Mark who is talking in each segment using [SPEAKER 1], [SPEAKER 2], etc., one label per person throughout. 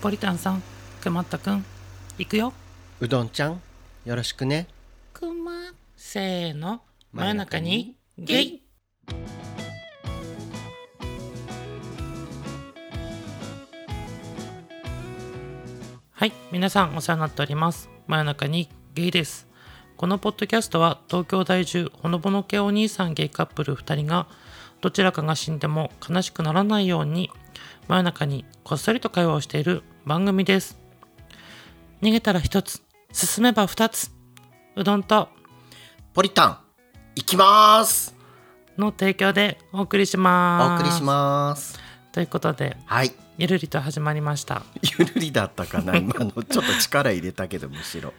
[SPEAKER 1] ポリタンさん、くまったくん、いくよ。
[SPEAKER 2] うどんちゃんよろしくね
[SPEAKER 1] くま、せーの、
[SPEAKER 2] 真夜中に
[SPEAKER 1] ゲイ。はい、皆さんお世話になっております。真夜中にゲイです。このポッドキャストは東京在住ほのぼの系お兄さんゲイカップル2人がどちらかが死んでも悲しくならないように真夜中にこっそりと会話をしている番組です。逃げたら1つ、進めば2つ、うどんと
[SPEAKER 2] ポリタン行きます
[SPEAKER 1] の提供でお送りし
[SPEAKER 2] お
[SPEAKER 1] ます。
[SPEAKER 2] 送りします
[SPEAKER 1] す。ということで、
[SPEAKER 2] はい
[SPEAKER 1] ゆるりと始まりました。
[SPEAKER 2] ゆるりだったか な今のちょっと力入れたけどむしろ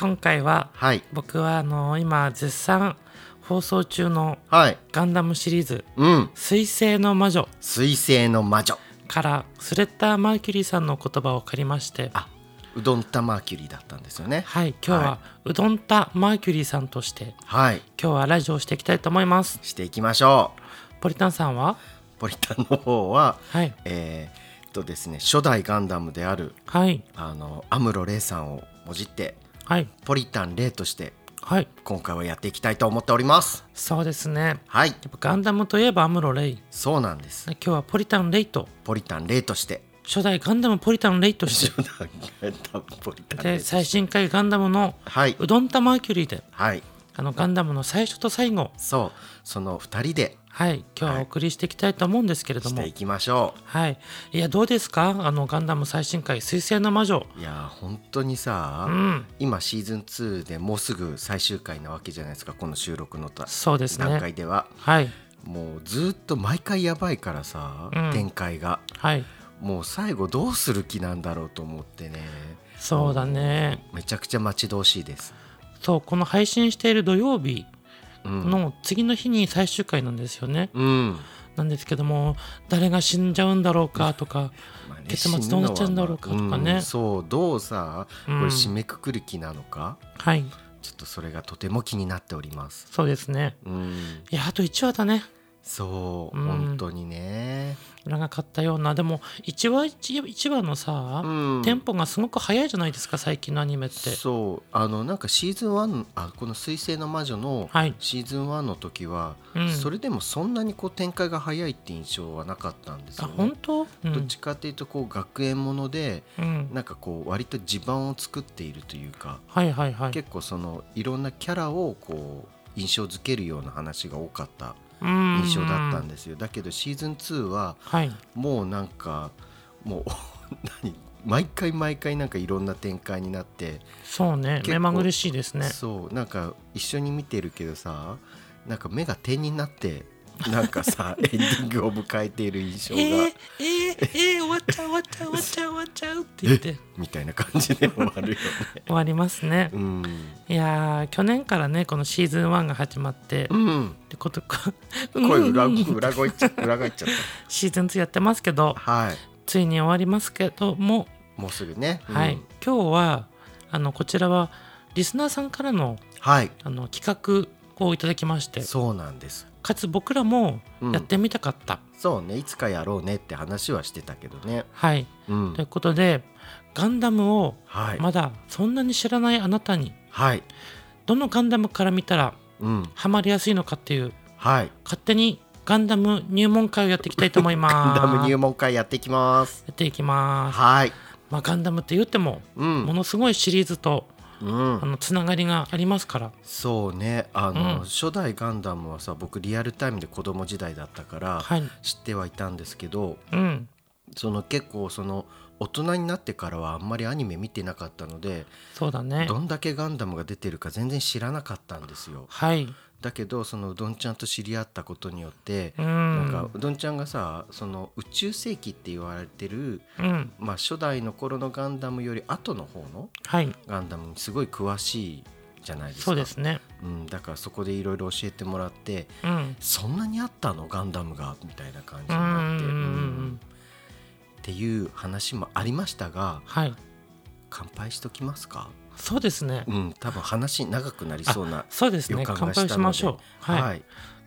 [SPEAKER 1] 今回は
[SPEAKER 2] はい
[SPEAKER 1] 僕はあの今絶賛放送中の
[SPEAKER 2] はい
[SPEAKER 1] ガンダムシリーズ
[SPEAKER 2] うん
[SPEAKER 1] 「水星の魔女
[SPEAKER 2] 水星の魔女」
[SPEAKER 1] からスレッター・マーキュリーさんの言葉を借りまして
[SPEAKER 2] あうどんたマーキュリーだったんですよね
[SPEAKER 1] はい今日は
[SPEAKER 2] は
[SPEAKER 1] うどんたマーキュリーさんとして
[SPEAKER 2] はい
[SPEAKER 1] 今日はラジオをしていきたいと思います
[SPEAKER 2] していきましょ
[SPEAKER 1] ポリタンさんは
[SPEAKER 2] うポリタンの方は
[SPEAKER 1] はい
[SPEAKER 2] えー、っとですね初代ガンダムである
[SPEAKER 1] はい
[SPEAKER 2] あのアムロレイさんをもじって
[SPEAKER 1] はい
[SPEAKER 2] ポリタンレイとして
[SPEAKER 1] はい
[SPEAKER 2] 今回はやっていきたいと思っております
[SPEAKER 1] そうですね
[SPEAKER 2] はい
[SPEAKER 1] やっぱガンダムといえばアムロ・レイ
[SPEAKER 2] そうなんです
[SPEAKER 1] 今日はポリタン・レイと
[SPEAKER 2] ポリタン例として
[SPEAKER 1] 初代ガンダムポリタン・レイとし
[SPEAKER 2] 冗談がたっぽり
[SPEAKER 1] て
[SPEAKER 2] だ
[SPEAKER 1] で
[SPEAKER 2] ね
[SPEAKER 1] 最新回ガンダムの
[SPEAKER 2] はいう
[SPEAKER 1] どんたマーキュリーで
[SPEAKER 2] はい
[SPEAKER 1] あのガンダムの最初と最後
[SPEAKER 2] そうその二人で
[SPEAKER 1] はい今日はお送りしていきたいと思うんですけれど
[SPEAKER 2] し
[SPEAKER 1] も
[SPEAKER 2] ていきましょ
[SPEAKER 1] はい、いやどうですかあのガンダム最新回「水星の魔女
[SPEAKER 2] ういやー本当に」さ、
[SPEAKER 1] うん
[SPEAKER 2] 今シーズン2でもうすぐ最終回なわけじゃないですかこの収録のた
[SPEAKER 1] そうです
[SPEAKER 2] 段
[SPEAKER 1] ね
[SPEAKER 2] 階では
[SPEAKER 1] はい
[SPEAKER 2] もうずっと毎回やばいからさ、
[SPEAKER 1] うん
[SPEAKER 2] 展開が
[SPEAKER 1] はい
[SPEAKER 2] もう最後どうする気なんだろうと思ってね
[SPEAKER 1] そうだね
[SPEAKER 2] めちゃくちゃ待ち遠しいです
[SPEAKER 1] そうこの配信している土曜日
[SPEAKER 2] うん、
[SPEAKER 1] の次の日に最終回なんですよね、
[SPEAKER 2] うん
[SPEAKER 1] なんですけども誰が死んじゃうんだろうかとか
[SPEAKER 2] まあね
[SPEAKER 1] 結末どうなっちゃうんだろうかとかね
[SPEAKER 2] 死ぬのはまあんそうどうさこれ
[SPEAKER 1] うん
[SPEAKER 2] 締めくくる気なのか、
[SPEAKER 1] はい
[SPEAKER 2] ちょっとそれがとても気になっております。
[SPEAKER 1] そうですね
[SPEAKER 2] うん、
[SPEAKER 1] いやあと1話だね
[SPEAKER 2] そう、
[SPEAKER 1] うん
[SPEAKER 2] 本当にね。
[SPEAKER 1] 長かったようなでも1話 1, 話のさ、
[SPEAKER 2] うん
[SPEAKER 1] テンポがすごく早いじゃないですか最近のアニメって
[SPEAKER 2] そう、あのなんかシーズン1あこの水星の魔女の
[SPEAKER 1] はい
[SPEAKER 2] シーズン1の時は、
[SPEAKER 1] うん
[SPEAKER 2] それでもそんなにこう展開が早いって印象はなかったんです
[SPEAKER 1] あ
[SPEAKER 2] よ、
[SPEAKER 1] 本
[SPEAKER 2] ね。
[SPEAKER 1] 当、うん
[SPEAKER 2] どっちかっていうとこう学園もので
[SPEAKER 1] うん、
[SPEAKER 2] なんかこう割と地盤を作っているというか、
[SPEAKER 1] はいはいはい
[SPEAKER 2] 結構そのいろんなキャラをこう印象づけるような話が多かった印
[SPEAKER 1] 印
[SPEAKER 2] 象だったんですよ。だけどシーズン2は
[SPEAKER 1] はい
[SPEAKER 2] もうなんかもう 何毎回毎回なんかいろんな展開になって、
[SPEAKER 1] そうね
[SPEAKER 2] 結構
[SPEAKER 1] 目まぐるしいですね
[SPEAKER 2] そうなんか一緒に見てるけどさなんか目が点になってなん かさエンディングを迎えている印
[SPEAKER 1] え
[SPEAKER 2] 象が、
[SPEAKER 1] ー、えー、えー、終わっちゃう終わっちゃう終わっちゃう終わっちゃうって言って
[SPEAKER 2] みたいな感じで終わ るよね。
[SPEAKER 1] 終わりますね
[SPEAKER 2] うん、
[SPEAKER 1] いやー去年からねこのシーズン1が始まって
[SPEAKER 2] うん、
[SPEAKER 1] ってことか
[SPEAKER 2] 声
[SPEAKER 1] うん
[SPEAKER 2] 裏裏声いっちゃ裏声いっちゃっ
[SPEAKER 1] シーズン2やってますけど
[SPEAKER 2] た。はい、
[SPEAKER 1] ついに終わりますけども、
[SPEAKER 2] もうすぐね。うん
[SPEAKER 1] はい、今日はあのこちらはリスナーさんからの
[SPEAKER 2] はい、
[SPEAKER 1] あの企画をいただきまして
[SPEAKER 2] そうなんです。
[SPEAKER 1] かつ僕らも
[SPEAKER 2] うん
[SPEAKER 1] やってみたかった、
[SPEAKER 2] そうねいつかやろうねって話はしてたけどね。
[SPEAKER 1] はい
[SPEAKER 2] うん
[SPEAKER 1] という、ことでガンダムを
[SPEAKER 2] はい、
[SPEAKER 1] まだそんなに知らないあなたに
[SPEAKER 2] はい、
[SPEAKER 1] どのガンダムから見たら
[SPEAKER 2] うん、
[SPEAKER 1] ハマりやすいのかっていう
[SPEAKER 2] はい。
[SPEAKER 1] 勝手にガンダム入門会をやっていきたいと思います。
[SPEAKER 2] ガンダム入
[SPEAKER 1] や
[SPEAKER 2] 門会やっていきます。
[SPEAKER 1] っていきます。
[SPEAKER 2] はい。
[SPEAKER 1] まあ、ガンダムって言っても
[SPEAKER 2] う
[SPEAKER 1] も
[SPEAKER 2] ん。
[SPEAKER 1] のすごいシリーズと
[SPEAKER 2] うん
[SPEAKER 1] あ、のつながりがありますから。
[SPEAKER 2] そうね。あの、
[SPEAKER 1] うん
[SPEAKER 2] 初代ガンダムはさ、僕リアルタイムで子供時代だったから
[SPEAKER 1] はい。
[SPEAKER 2] 知ってはいたんですけど、
[SPEAKER 1] うん。
[SPEAKER 2] その結構その大人になってからはあんまりアニメ見てなかったので、
[SPEAKER 1] そうだね。
[SPEAKER 2] どんだけガンダムが出てるか全然知らなかったんですよ。
[SPEAKER 1] はい。
[SPEAKER 2] だけどそのうどんちゃんと知り合ったことによって、
[SPEAKER 1] う
[SPEAKER 2] なんか
[SPEAKER 1] ん。
[SPEAKER 2] うどんちゃんがさその宇宙世紀って言われてる、
[SPEAKER 1] うん。
[SPEAKER 2] まあ、初代の頃のガンダムより後の方の
[SPEAKER 1] はい。
[SPEAKER 2] ガンダムにすごい詳しいじゃないですか
[SPEAKER 1] そうですね。
[SPEAKER 2] うん、だからそこでいろいろ教えてもらって
[SPEAKER 1] うん。
[SPEAKER 2] そんなにあったのガンダムがみたいな感じ
[SPEAKER 1] うん
[SPEAKER 2] に
[SPEAKER 1] うん
[SPEAKER 2] なっ
[SPEAKER 1] う
[SPEAKER 2] て、
[SPEAKER 1] んう
[SPEAKER 2] うん
[SPEAKER 1] ん。
[SPEAKER 2] っていう話もありましたが
[SPEAKER 1] はい。
[SPEAKER 2] 乾杯しときますか、
[SPEAKER 1] そうですね。
[SPEAKER 2] うん、多分話長くなりそうな、
[SPEAKER 1] そうですね。
[SPEAKER 2] 予感
[SPEAKER 1] 乾
[SPEAKER 2] がした
[SPEAKER 1] 杯
[SPEAKER 2] ので
[SPEAKER 1] しましょう。はい。
[SPEAKER 2] はい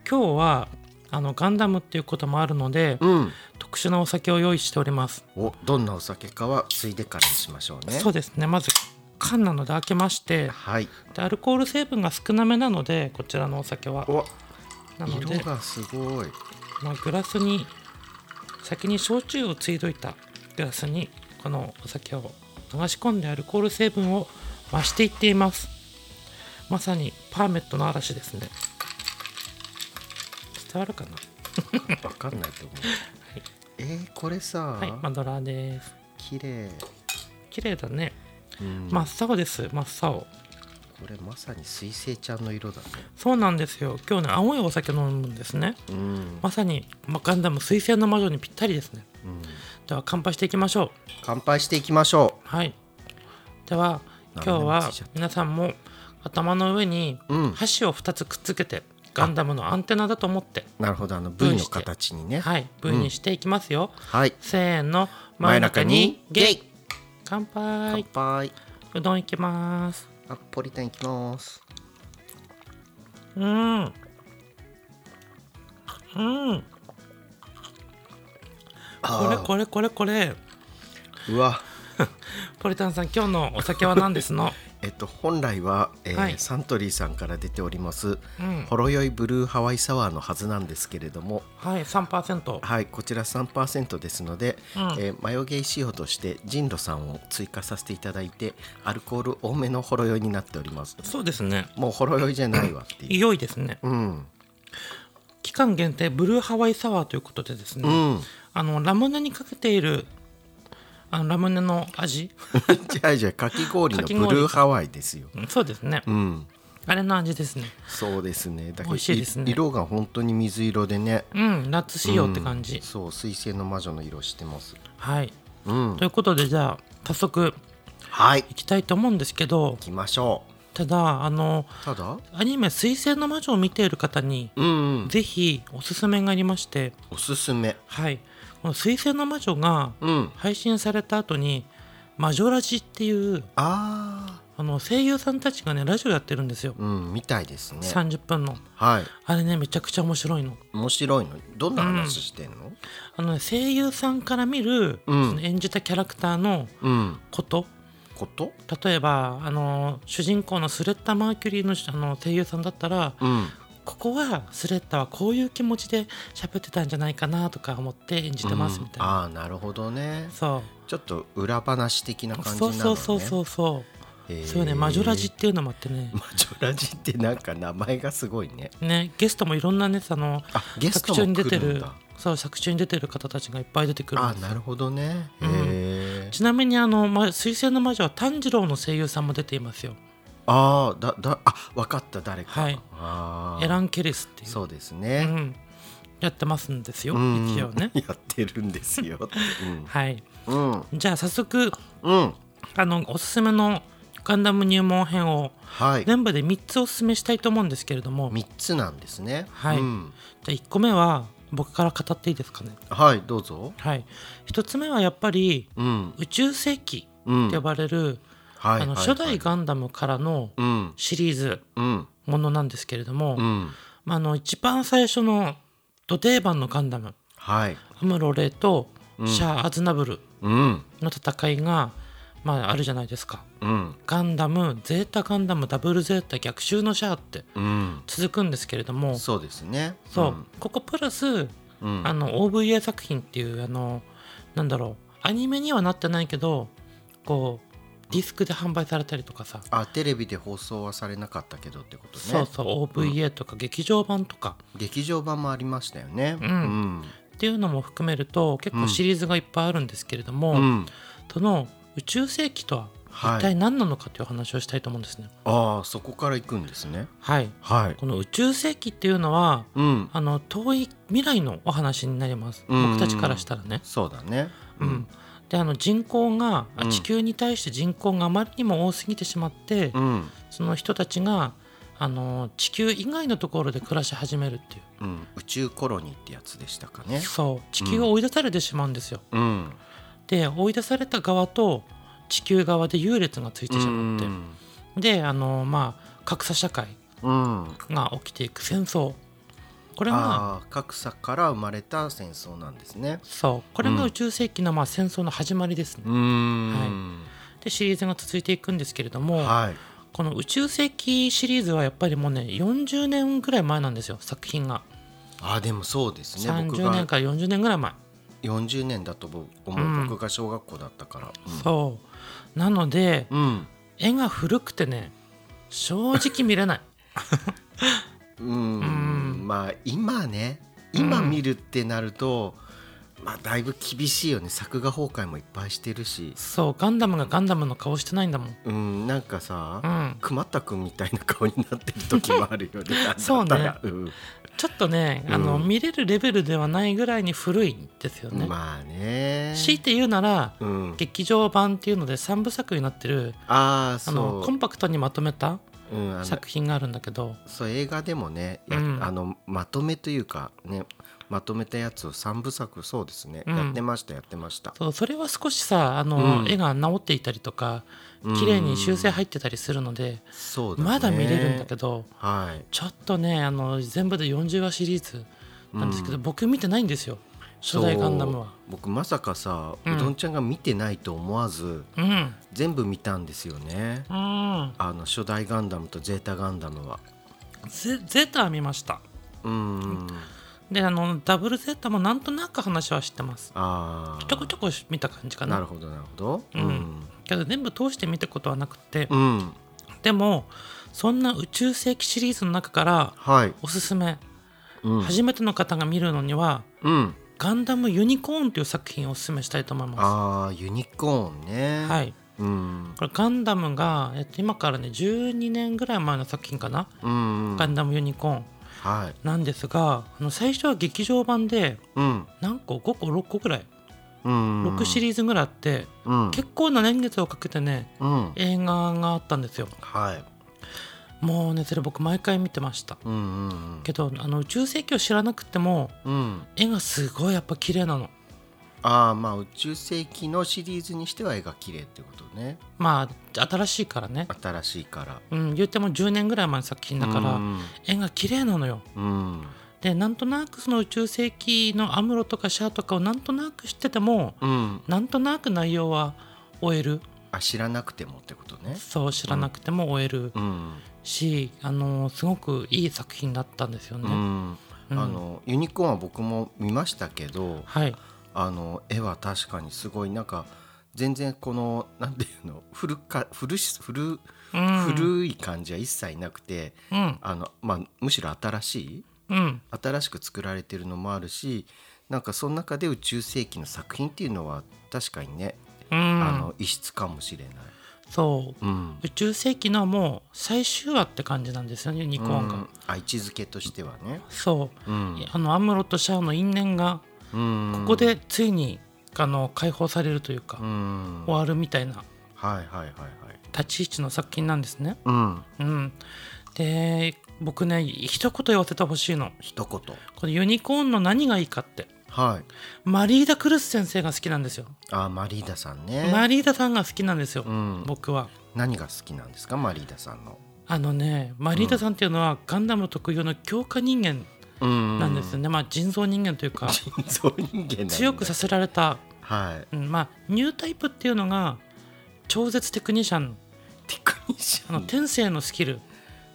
[SPEAKER 1] 今日はあのガンダムっていうこともあるので、
[SPEAKER 2] うん、
[SPEAKER 1] と特殊なお酒を用意しております、
[SPEAKER 2] おどんなお酒かはついでからにしましょうね
[SPEAKER 1] そうですねまず缶なので開けまして
[SPEAKER 2] はい
[SPEAKER 1] でアルコール成分が少なめなのでこちらのお酒は
[SPEAKER 2] お
[SPEAKER 1] なの
[SPEAKER 2] 色
[SPEAKER 1] で、
[SPEAKER 2] がすごい
[SPEAKER 1] まあ、グラスに先に焼酎をついどいたグラスにこのお酒を流し込んでアルコール成分を増していっていますまさにパーメットの嵐ですね伝わるかな
[SPEAKER 2] わかんないと思う、 えー、これさ、
[SPEAKER 1] はいマドラーです
[SPEAKER 2] 綺麗、
[SPEAKER 1] 綺麗だね
[SPEAKER 2] うん
[SPEAKER 1] 真っ青です真っ青
[SPEAKER 2] これまさに水星ちゃんの色だね
[SPEAKER 1] そうなんですよ今日ね青いお酒飲むんですね
[SPEAKER 2] うん、
[SPEAKER 1] まさにまあガンダム水星の魔女にぴったりですね
[SPEAKER 2] うん
[SPEAKER 1] では乾杯していきましょう
[SPEAKER 2] 乾杯していきましょ
[SPEAKER 1] はい。では今日
[SPEAKER 2] 何でもつ
[SPEAKER 1] はい
[SPEAKER 2] ちゃった
[SPEAKER 1] 皆さんも頭の上に
[SPEAKER 2] うん
[SPEAKER 1] 箸を2つくっつけてガンダムのアンテナだと思って
[SPEAKER 2] うなるほどあの
[SPEAKER 1] 分
[SPEAKER 2] V の
[SPEAKER 1] して
[SPEAKER 2] 形にね
[SPEAKER 1] はい分にしていきますよ。
[SPEAKER 2] はい
[SPEAKER 1] せーの
[SPEAKER 2] 真ん中にゲイ
[SPEAKER 1] 乾
[SPEAKER 2] 乾
[SPEAKER 1] 杯
[SPEAKER 2] 杯
[SPEAKER 1] うどんいきます。
[SPEAKER 2] ナポリタンいきます
[SPEAKER 1] うんうんこれ
[SPEAKER 2] あ
[SPEAKER 1] これこれこれ
[SPEAKER 2] ーうわ
[SPEAKER 1] ポリタンさん今日のお酒は何です の
[SPEAKER 2] えっと本来は、えー
[SPEAKER 1] はい
[SPEAKER 2] サントリーさんから出ております、
[SPEAKER 1] うん
[SPEAKER 2] ほろ酔いブルーハワイサワーのはずなんですけれども
[SPEAKER 1] はい3%
[SPEAKER 2] はいこちら3%ですので、
[SPEAKER 1] うん
[SPEAKER 2] えーマヨゲイ仕様としてジンロさんを追加させていただいてアルコール多めのほろ酔いになっております
[SPEAKER 1] そうですね
[SPEAKER 2] もうほろ酔いじゃないわっていう
[SPEAKER 1] 良いですね
[SPEAKER 2] うん
[SPEAKER 1] 期間限定ブルーハワイサワーということでですね、
[SPEAKER 2] うん
[SPEAKER 1] あのラムネにかけているあのラムネの 味
[SPEAKER 2] じゃあじゃあかき氷の
[SPEAKER 1] かき
[SPEAKER 2] ブ
[SPEAKER 1] 氷
[SPEAKER 2] ルーハワイですよ
[SPEAKER 1] うんそうですね、
[SPEAKER 2] うん
[SPEAKER 1] あれの味ですね
[SPEAKER 2] そうですねだけ
[SPEAKER 1] 美
[SPEAKER 2] ど
[SPEAKER 1] 味しいですね
[SPEAKER 2] い色が本当に水色でね
[SPEAKER 1] うん夏仕様って感じ、
[SPEAKER 2] そう水星の魔女の色してます
[SPEAKER 1] はい
[SPEAKER 2] うん
[SPEAKER 1] ということでじゃあ早速
[SPEAKER 2] はい
[SPEAKER 1] いきたいと思うんですけど
[SPEAKER 2] 行きましょ
[SPEAKER 1] ただあの
[SPEAKER 2] うただ
[SPEAKER 1] アニメ「水星の魔女」を見ている方に、
[SPEAKER 2] うん、うん、
[SPEAKER 1] ぜひおすすめがありまして
[SPEAKER 2] おすすめ
[SPEAKER 1] はいこの「水星の魔女」が
[SPEAKER 2] うん
[SPEAKER 1] 配信された後に「魔女ラジ」っていう
[SPEAKER 2] あ
[SPEAKER 1] あの声優さんたちがねラジオやってるんですよ
[SPEAKER 2] ーうんみたいですね
[SPEAKER 1] 30分の
[SPEAKER 2] はい
[SPEAKER 1] あれねめちゃくちゃ面白いの
[SPEAKER 2] 面白いのどんな話してんの
[SPEAKER 1] あのね声優さんから見る、
[SPEAKER 2] うん
[SPEAKER 1] その演じたキャラクターの
[SPEAKER 2] うん、
[SPEAKER 1] こと
[SPEAKER 2] こと
[SPEAKER 1] 例えばあの主人公のスレッタ・マーキュリーのあの声優さんだったら
[SPEAKER 2] うん
[SPEAKER 1] ここはスレッタはこういう気持ちで喋ってたんじゃないかなとか思って演じてますみたいな、
[SPEAKER 2] ああーなるほどね
[SPEAKER 1] そ
[SPEAKER 2] ちょっと裏話的な
[SPEAKER 1] う
[SPEAKER 2] 感じ
[SPEAKER 1] そ
[SPEAKER 2] な
[SPEAKER 1] う
[SPEAKER 2] のね
[SPEAKER 1] そうそうそうそう
[SPEAKER 2] へー
[SPEAKER 1] そういうねマジョラジっていうのもあってね
[SPEAKER 2] マジョラジってなんか名前がすごいね
[SPEAKER 1] ねゲストもいろんなねその
[SPEAKER 2] あゲス
[SPEAKER 1] 作
[SPEAKER 2] ト
[SPEAKER 1] 中
[SPEAKER 2] も
[SPEAKER 1] に出
[SPEAKER 2] 来
[SPEAKER 1] て
[SPEAKER 2] るん
[SPEAKER 1] る
[SPEAKER 2] だ
[SPEAKER 1] そう作中に出てる方たちがいっぱい出てくる
[SPEAKER 2] あなるほどねへ
[SPEAKER 1] うん
[SPEAKER 2] え、
[SPEAKER 1] ちなみにあの、ま、水星の魔女は炭治郎の声優さんも出ていますよ
[SPEAKER 2] ああだだあ分かった誰か、
[SPEAKER 1] はい
[SPEAKER 2] あー
[SPEAKER 1] エラン・ケレスっていう
[SPEAKER 2] そうです
[SPEAKER 1] う
[SPEAKER 2] ね、
[SPEAKER 1] ん、やってますんですよ、
[SPEAKER 2] うん。
[SPEAKER 1] 一応ね
[SPEAKER 2] やってるんですよって
[SPEAKER 1] はい、
[SPEAKER 2] うんうん
[SPEAKER 1] じゃあ早速
[SPEAKER 2] うん
[SPEAKER 1] あのおすすめのガンダム入門編を
[SPEAKER 2] はい
[SPEAKER 1] 全部で3つおすすめしたいと思うんですけれどもじ
[SPEAKER 2] 三つなんですね
[SPEAKER 1] はい
[SPEAKER 2] うん
[SPEAKER 1] ゃあ1個目は僕から語っていいですかね。
[SPEAKER 2] はいどうぞ
[SPEAKER 1] はい、1つ目はやっぱり
[SPEAKER 2] うん
[SPEAKER 1] 宇宙世紀
[SPEAKER 2] うん
[SPEAKER 1] って呼ばれる、
[SPEAKER 2] はい
[SPEAKER 1] あの
[SPEAKER 2] はい
[SPEAKER 1] 初代
[SPEAKER 2] はい
[SPEAKER 1] ガンダムからの
[SPEAKER 2] うん
[SPEAKER 1] シリーズ
[SPEAKER 2] うん
[SPEAKER 1] ものなんですけれども、
[SPEAKER 2] うん
[SPEAKER 1] まあ、あの一番最初の土定番のガンダム
[SPEAKER 2] はい
[SPEAKER 1] アムロ・レイとシャア・アズナブル
[SPEAKER 2] うん
[SPEAKER 1] の戦いが、まあ、あるじゃないですか。
[SPEAKER 2] うん
[SPEAKER 1] ガンダムゼータガンダムダブルゼータ逆襲のシャアって
[SPEAKER 2] うん
[SPEAKER 1] 続くんですけれどもそ
[SPEAKER 2] そうですね
[SPEAKER 1] う、ここプラス
[SPEAKER 2] うん、うん
[SPEAKER 1] あの OVA 作品っていうあのなんだろうアニメにはなってないけどこうディスクで販売されたりとかさ、
[SPEAKER 2] あテレビで放送はされなかったけどってことね
[SPEAKER 1] そうそう OVA とか劇場版とか
[SPEAKER 2] 劇場版もありましたよね
[SPEAKER 1] う
[SPEAKER 2] うん
[SPEAKER 1] っていうのも含めると結
[SPEAKER 2] う
[SPEAKER 1] 構
[SPEAKER 2] ん
[SPEAKER 1] シリーズがいっぱいあるんですけれど
[SPEAKER 2] う
[SPEAKER 1] も、
[SPEAKER 2] ん
[SPEAKER 1] その宇宙世紀とは
[SPEAKER 2] はい
[SPEAKER 1] 一体何なのかという話をしたいと思うんですね。
[SPEAKER 2] ああそこから行くんですね
[SPEAKER 1] はい、
[SPEAKER 2] はい
[SPEAKER 1] この宇宙世紀っていうのは
[SPEAKER 2] うん
[SPEAKER 1] あの遠い未来のお話になります、
[SPEAKER 2] うんうんうん
[SPEAKER 1] 僕たちからしたらね。
[SPEAKER 2] そうだね
[SPEAKER 1] うんであの人口があ
[SPEAKER 2] うん
[SPEAKER 1] 地球に対して人口があまりにも多すぎてしまって、
[SPEAKER 2] うん
[SPEAKER 1] その人たちがあの地球以外のところで暮らし始めるっていう、
[SPEAKER 2] うん、宇宙コロニーってやつでしたかね
[SPEAKER 1] そう地球を追い出されてしまうんですよ。
[SPEAKER 2] うん
[SPEAKER 1] で追い出された側と地球側で優劣がついてしまって、であの、まあ、格差社会
[SPEAKER 2] うん
[SPEAKER 1] が起きていく戦争これは
[SPEAKER 2] ああ格差から生まれた戦争なんですね
[SPEAKER 1] そうこれも
[SPEAKER 2] うん
[SPEAKER 1] 宇宙世紀のまあ戦争の始まりですね、
[SPEAKER 2] うーん
[SPEAKER 1] でシリーズが続いていくんですけれども、
[SPEAKER 2] はい
[SPEAKER 1] この宇宙世紀シリーズはやっぱりもうね40年ぐらい前なんですよ作品が
[SPEAKER 2] ああでもそうですね僕
[SPEAKER 1] 30
[SPEAKER 2] が
[SPEAKER 1] 年から40年ぐらい前、
[SPEAKER 2] 40年だと思う、
[SPEAKER 1] うん
[SPEAKER 2] 僕が小学校だったから
[SPEAKER 1] そうなので
[SPEAKER 2] うん、
[SPEAKER 1] 絵が古くてね正直見れ ない
[SPEAKER 2] うん
[SPEAKER 1] うん
[SPEAKER 2] まあ今ね今見るってなると、まあだいぶ厳しいよね作画崩壊もいっぱいしてるし
[SPEAKER 1] そうガンダムがガンダムの顔してないんだもん
[SPEAKER 2] うんなんか
[SPEAKER 1] う
[SPEAKER 2] さ、
[SPEAKER 1] ん
[SPEAKER 2] くまたくんみたいな顔になってる時もある よね
[SPEAKER 1] そうね
[SPEAKER 2] なんだったらうん
[SPEAKER 1] ちょっとねあの、
[SPEAKER 2] うん
[SPEAKER 1] 見れるレベルではないぐらいに古いんですよね、
[SPEAKER 2] まあね
[SPEAKER 1] 強いて言うなら、
[SPEAKER 2] うん、
[SPEAKER 1] 劇場版っていうので3部作になってる
[SPEAKER 2] ああ
[SPEAKER 1] あの
[SPEAKER 2] そ
[SPEAKER 1] コンパクトにまとめた
[SPEAKER 2] う,、うん、あの
[SPEAKER 1] 作品があるんだけど
[SPEAKER 2] そう映画でもね、や
[SPEAKER 1] うん
[SPEAKER 2] あのまとめというかねまとめたやつを3部作そうですね、
[SPEAKER 1] うん
[SPEAKER 2] やってましたやってました
[SPEAKER 1] そうそれは少しさあの、
[SPEAKER 2] うん
[SPEAKER 1] 絵が直っていたりとか
[SPEAKER 2] うん
[SPEAKER 1] 綺麗に修正入ってたりするので、
[SPEAKER 2] そうだ、ね、
[SPEAKER 1] まだ見れるんだけど
[SPEAKER 2] どはい
[SPEAKER 1] ちょっとねあの全部で40話シリーズなんですけど、僕見てないんですよ初代ガンダムは
[SPEAKER 2] そう。僕まさかさ、
[SPEAKER 1] う
[SPEAKER 2] うんどんちゃんが見てないと思わず
[SPEAKER 1] うん
[SPEAKER 2] 全部見たんですよね
[SPEAKER 1] うん
[SPEAKER 2] あの初代ガンダムとゼータガンダムは
[SPEAKER 1] ゼゼータは見ました
[SPEAKER 2] うん
[SPEAKER 1] であのダブルゼータもなんとなく話は知ってます
[SPEAKER 2] ああ
[SPEAKER 1] ちょこちょこ見た感じかな
[SPEAKER 2] なるほどなるほど
[SPEAKER 1] うんけど全部通して見たことはなくて、
[SPEAKER 2] うん、
[SPEAKER 1] でもそんな宇宙世紀シリーズの中から
[SPEAKER 2] はい、
[SPEAKER 1] おすすめ、
[SPEAKER 2] うん
[SPEAKER 1] 初めての方が見るのには
[SPEAKER 2] うん、
[SPEAKER 1] 「ガンダムユニコーン」という作品をおすすめしたいと思いま
[SPEAKER 2] ああユニコーンね
[SPEAKER 1] す。はいい
[SPEAKER 2] うん
[SPEAKER 1] これガンダムが、えっと、今からね12年ぐらい前の作品かな
[SPEAKER 2] うん
[SPEAKER 1] 「
[SPEAKER 2] うん
[SPEAKER 1] ガンダムユニコーン
[SPEAKER 2] はい」
[SPEAKER 1] なんですがあの最初は劇場版で
[SPEAKER 2] うん
[SPEAKER 1] 何個5個6個ぐらい
[SPEAKER 2] うん
[SPEAKER 1] 6シ
[SPEAKER 2] リ
[SPEAKER 1] リーズぐらいあって
[SPEAKER 2] うん
[SPEAKER 1] 結構な年月をかけてね
[SPEAKER 2] うん
[SPEAKER 1] 映画があったんですよ
[SPEAKER 2] はい
[SPEAKER 1] もうねそれ僕毎回見てました
[SPEAKER 2] うんうん
[SPEAKER 1] けどあの宇宙世紀を知らなくても
[SPEAKER 2] うんうん
[SPEAKER 1] 絵がすごいやっぱ綺麗なの
[SPEAKER 2] ああまあ宇宙世紀のシリーズにしては絵が綺麗ってことね
[SPEAKER 1] まあ新しいからね、
[SPEAKER 2] 新しいから
[SPEAKER 1] うん、言っても10年ぐらい前の作品だから、
[SPEAKER 2] うん
[SPEAKER 1] 絵が綺麗なのよ
[SPEAKER 2] うん
[SPEAKER 1] でなんとなくその宇宙世紀のアムロとかシャアとかをなんとなく知ってても
[SPEAKER 2] うん、
[SPEAKER 1] なんとなく内容は終える
[SPEAKER 2] あ知らなくてもってことね
[SPEAKER 1] そう知らなくても終える
[SPEAKER 2] うん、
[SPEAKER 1] し、あのすごくいい作品だったんですよ
[SPEAKER 2] う
[SPEAKER 1] ね、
[SPEAKER 2] ん、
[SPEAKER 1] うん
[SPEAKER 2] あのユニコーンは僕も見ましたけど
[SPEAKER 1] はい
[SPEAKER 2] あの絵は確かにすごいなんか全然このなんていうの古か古し古
[SPEAKER 1] うん
[SPEAKER 2] 古い感じは一切なくて、
[SPEAKER 1] うん
[SPEAKER 2] あのまあ、むしろ新しい
[SPEAKER 1] うん
[SPEAKER 2] 新しく作られてるのもあるしなんかその中で宇宙世紀の作品っていうのは確かにね、
[SPEAKER 1] う
[SPEAKER 2] あ
[SPEAKER 1] ん
[SPEAKER 2] の異質かもしれない。
[SPEAKER 1] そう
[SPEAKER 2] うん
[SPEAKER 1] 宇宙世紀のもう最終話って感じなんですよねニコーンが、
[SPEAKER 2] うんあ位置づけとしてはね。
[SPEAKER 1] そう
[SPEAKER 2] うん
[SPEAKER 1] あのアムロとシャアの因縁が
[SPEAKER 2] うん
[SPEAKER 1] ここでついに、あの解放されるというか、
[SPEAKER 2] うん
[SPEAKER 1] 終わるみたいな
[SPEAKER 2] はいはいはいはい。
[SPEAKER 1] 立ち位置の作品なんですね。
[SPEAKER 2] うん、
[SPEAKER 1] うん、で僕ね一言言わせてほしいの
[SPEAKER 2] 一言。
[SPEAKER 1] このユニコーンの何がいいかって
[SPEAKER 2] はい。
[SPEAKER 1] マリーダ・クルス先生が好きなんですよ
[SPEAKER 2] あ、マリーダさんね。
[SPEAKER 1] マリーダさんが好きなんですよ、
[SPEAKER 2] うん、
[SPEAKER 1] 僕は
[SPEAKER 2] 何が好きなんですか、マリーダさんの。
[SPEAKER 1] あのねマリーダさんっていうのはガンダム特有の強化人間
[SPEAKER 2] うん
[SPEAKER 1] なんですよね、まあ人造人間というか
[SPEAKER 2] 人造人間なんだ
[SPEAKER 1] 強くさせられた、
[SPEAKER 2] はい。
[SPEAKER 1] うん、まあニュータイプっていうのが超絶テクニシャン
[SPEAKER 2] テクニシ
[SPEAKER 1] あ
[SPEAKER 2] ャ
[SPEAKER 1] の
[SPEAKER 2] ン。
[SPEAKER 1] 天性のスキル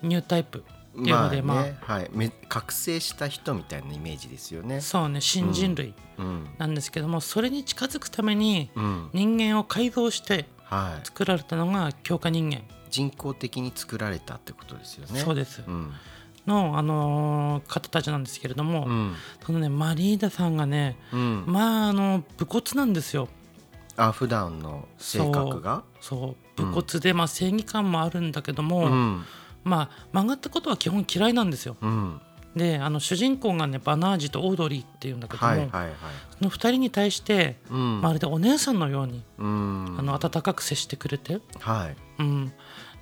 [SPEAKER 1] ニュータイプっていうのでまあ、
[SPEAKER 2] ねはい、め覚醒した人みたいなイメージですよね。
[SPEAKER 1] そうね新人類
[SPEAKER 2] うん。
[SPEAKER 1] なんですけども、それに近づくために
[SPEAKER 2] うん。
[SPEAKER 1] 人間を改造して
[SPEAKER 2] は
[SPEAKER 1] 作られたのが強化人間、
[SPEAKER 2] い。人工的に作られたってことですよね。
[SPEAKER 1] そう
[SPEAKER 2] で
[SPEAKER 1] です、
[SPEAKER 2] うん。
[SPEAKER 1] の、あのー方たちなんですけれども、
[SPEAKER 2] うん。
[SPEAKER 1] そのねマリーダさんがね
[SPEAKER 2] うん。
[SPEAKER 1] まああの武骨なんですよ
[SPEAKER 2] あ、普段の性格が。
[SPEAKER 1] そう武骨で、まあ、正義感もあるんだけど
[SPEAKER 2] う
[SPEAKER 1] も、
[SPEAKER 2] ん。
[SPEAKER 1] まあ曲がったことは基本嫌いなんですよ
[SPEAKER 2] うん。
[SPEAKER 1] であの主人公がねバナージとオードリーっていうんだけども、
[SPEAKER 2] はいはいはい。
[SPEAKER 1] その2人に対して
[SPEAKER 2] うん。
[SPEAKER 1] まるでお姉さんのように、
[SPEAKER 2] うん。
[SPEAKER 1] あの温かく接してくれて、
[SPEAKER 2] はい。
[SPEAKER 1] うん、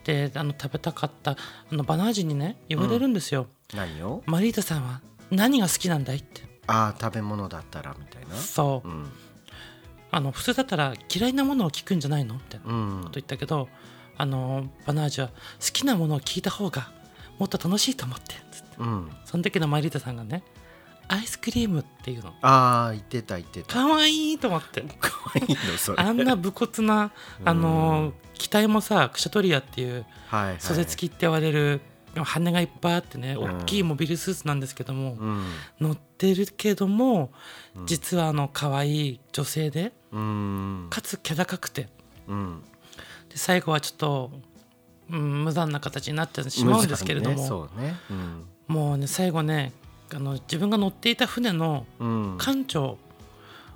[SPEAKER 1] であの食べたかったあのバナージにね言われるんですよ、
[SPEAKER 2] 何を
[SPEAKER 1] マリータさんは何が好きなんだいって
[SPEAKER 2] ああ食べ物だったらみたいな
[SPEAKER 1] そう、
[SPEAKER 2] うん
[SPEAKER 1] あの普通だったら嫌いなものを聞くんじゃないのみたいなこ
[SPEAKER 2] うん
[SPEAKER 1] と言ったけどあのバナージは好きなものを聞いた方がもっと楽しいと思ってつって
[SPEAKER 2] うん
[SPEAKER 1] その時のマリータさんがねアイスクリームっていうの
[SPEAKER 2] ああ言ってた言ってた
[SPEAKER 1] かわいいと思って
[SPEAKER 2] 可愛いのそれ
[SPEAKER 1] あんな武骨な
[SPEAKER 2] うん
[SPEAKER 1] あのー機体もさクシャトリアっていう
[SPEAKER 2] はいはい
[SPEAKER 1] 袖付きって言われる、羽がいっぱいあってね
[SPEAKER 2] うん
[SPEAKER 1] 大きいモビルスーツなんですけども、
[SPEAKER 2] うん
[SPEAKER 1] 乗ってるけども
[SPEAKER 2] うん
[SPEAKER 1] 実はあの可愛い女性で
[SPEAKER 2] うん
[SPEAKER 1] かつ気高くて
[SPEAKER 2] うん
[SPEAKER 1] で最後はちょっと、うん、無残な形になってしまうんですけれども、
[SPEAKER 2] ねそうねうん
[SPEAKER 1] もうね最後ねあの自分が乗っていた船の
[SPEAKER 2] うん
[SPEAKER 1] 艦長、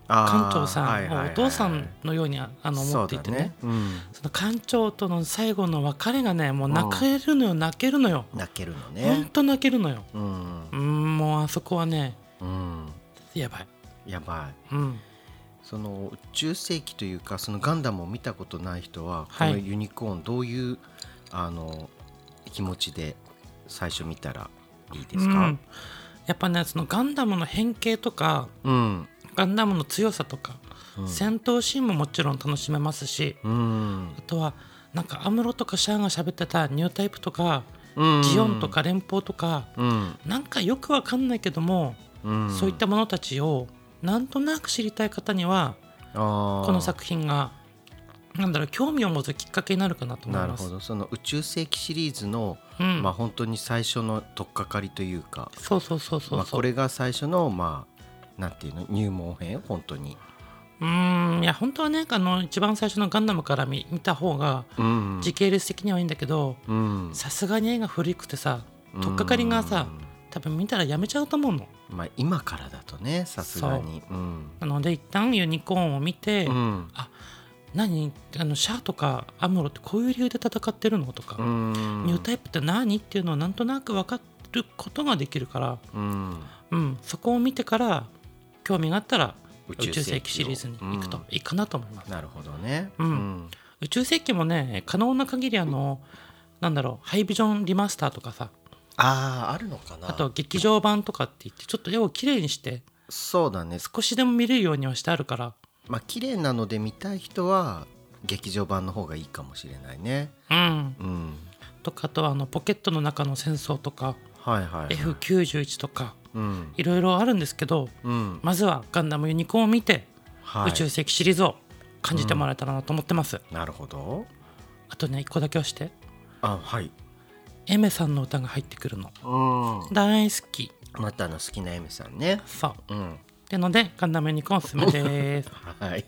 [SPEAKER 2] あー
[SPEAKER 1] 艦長さ
[SPEAKER 2] は
[SPEAKER 1] ん
[SPEAKER 2] い
[SPEAKER 1] を
[SPEAKER 2] はいはいはい
[SPEAKER 1] お父さんのようにああの思っていてね
[SPEAKER 2] そうだうん
[SPEAKER 1] その艦長との最後の別れがねもう泣けるのよ、泣けるのよ
[SPEAKER 2] 泣けるの
[SPEAKER 1] ほん
[SPEAKER 2] ね
[SPEAKER 1] と泣けるのよ
[SPEAKER 2] うん
[SPEAKER 1] うんもうあそこはね
[SPEAKER 2] うん
[SPEAKER 1] やばい
[SPEAKER 2] やばい
[SPEAKER 1] うん
[SPEAKER 2] その中世紀というかそのガンダムを見たことない人はこ
[SPEAKER 1] はい
[SPEAKER 2] のユニコーンどういう、あの気持ちで最初見たらいいです
[SPEAKER 1] う
[SPEAKER 2] か
[SPEAKER 1] んやっぱねそのガンダムの変形とか
[SPEAKER 2] うん
[SPEAKER 1] ガンダムの強さとか、
[SPEAKER 2] うん
[SPEAKER 1] 戦闘シーンももちろん楽しめますし
[SPEAKER 2] うん
[SPEAKER 1] あとはなんかアムロとかシャアが喋ってたニュータイプとか、
[SPEAKER 2] うん
[SPEAKER 1] ジオンとか連邦とか
[SPEAKER 2] うん
[SPEAKER 1] なんかよくわかんないけども、
[SPEAKER 2] うん
[SPEAKER 1] そういったものたちをなんとなく知りたい方には
[SPEAKER 2] こ
[SPEAKER 1] この作品がなんだろう興味を持つきっかけになるかなと思い
[SPEAKER 2] なる
[SPEAKER 1] ます
[SPEAKER 2] ほ。どその宇宙世紀シリーズの、
[SPEAKER 1] うん
[SPEAKER 2] まあ本当に最初の取っかかりというか
[SPEAKER 1] そうそうそうそ
[SPEAKER 2] ま
[SPEAKER 1] う
[SPEAKER 2] あ、
[SPEAKER 1] そ
[SPEAKER 2] こ
[SPEAKER 1] う。
[SPEAKER 2] れが最初のまあなんていうの入門編本当に、
[SPEAKER 1] うーんいや本当はねあの一番最初のガンダムから見見た方が
[SPEAKER 2] うん
[SPEAKER 1] 時系列的にはいいんだけど
[SPEAKER 2] うん
[SPEAKER 1] さすがに絵が古くてさ取っかかりがさ多分見たらやめちゃうと思うの。
[SPEAKER 2] うんまあ、今からだとねさすがにうん
[SPEAKER 1] なので一旦ユニコーンを見て、
[SPEAKER 2] うん
[SPEAKER 1] 何あのシャアとかアムロってこういう理由で戦ってるのとか、
[SPEAKER 2] うん
[SPEAKER 1] ニュータイプって何っていうのをなんとなく分かることができるから、
[SPEAKER 2] うん
[SPEAKER 1] うん、そこを見てから興味があったら
[SPEAKER 2] 宇
[SPEAKER 1] 宇
[SPEAKER 2] 宙世紀を
[SPEAKER 1] 宙世紀シリーズに行くと、
[SPEAKER 2] うん
[SPEAKER 1] いいかなと思います
[SPEAKER 2] なるほどね
[SPEAKER 1] うん宇宙世紀もね可能な限りあのなんだろうハイビジョンリマスターとかさ
[SPEAKER 2] あああるのかな
[SPEAKER 1] あと劇場版とかって言ってちょっと絵をきれいにして
[SPEAKER 2] そうだね
[SPEAKER 1] 少しでも見れるようにはしてあるから
[SPEAKER 2] まあ綺麗なので見たい人は劇場版の方がいいかもしれないね
[SPEAKER 1] うん
[SPEAKER 2] うん
[SPEAKER 1] とかあとはあのポケットの中の戦争とか
[SPEAKER 2] はいはい、はい、
[SPEAKER 1] F91 とか
[SPEAKER 2] うん
[SPEAKER 1] いろいろあるんですけど
[SPEAKER 2] うん
[SPEAKER 1] まずはガンダムユニコーンを見て、
[SPEAKER 2] は
[SPEAKER 1] 宇
[SPEAKER 2] い
[SPEAKER 1] 宙世紀シリーズを感じてもらえたらなと思ってます、
[SPEAKER 2] なるほど
[SPEAKER 1] あとね一個だけ押して
[SPEAKER 2] あはい
[SPEAKER 1] エメさんの歌が入ってくるの
[SPEAKER 2] うん
[SPEAKER 1] 大好き
[SPEAKER 2] またあの好きなエミさんね
[SPEAKER 1] そう
[SPEAKER 2] うん
[SPEAKER 1] ってのでガンダムユニコーンおすすめです
[SPEAKER 2] はい。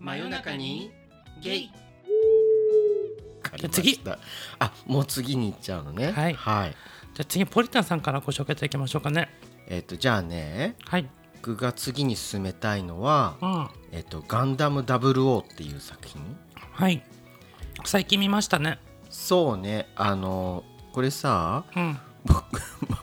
[SPEAKER 1] 真夜中に
[SPEAKER 2] ゲイ。
[SPEAKER 1] じゃあ次。
[SPEAKER 2] あ、もう次に行っちゃうのね。
[SPEAKER 1] はい
[SPEAKER 2] はい。
[SPEAKER 1] じゃあ次ポリタンさんからご紹介いただきましょうかね
[SPEAKER 2] えっ、とじゃあね、
[SPEAKER 1] はい
[SPEAKER 2] 僕が次に進めたいのは、
[SPEAKER 1] うん
[SPEAKER 2] えっ、とガンダム00っていう作品。
[SPEAKER 1] はい最近見ましたね
[SPEAKER 2] そうね。あのこれさ、
[SPEAKER 1] うん
[SPEAKER 2] 僕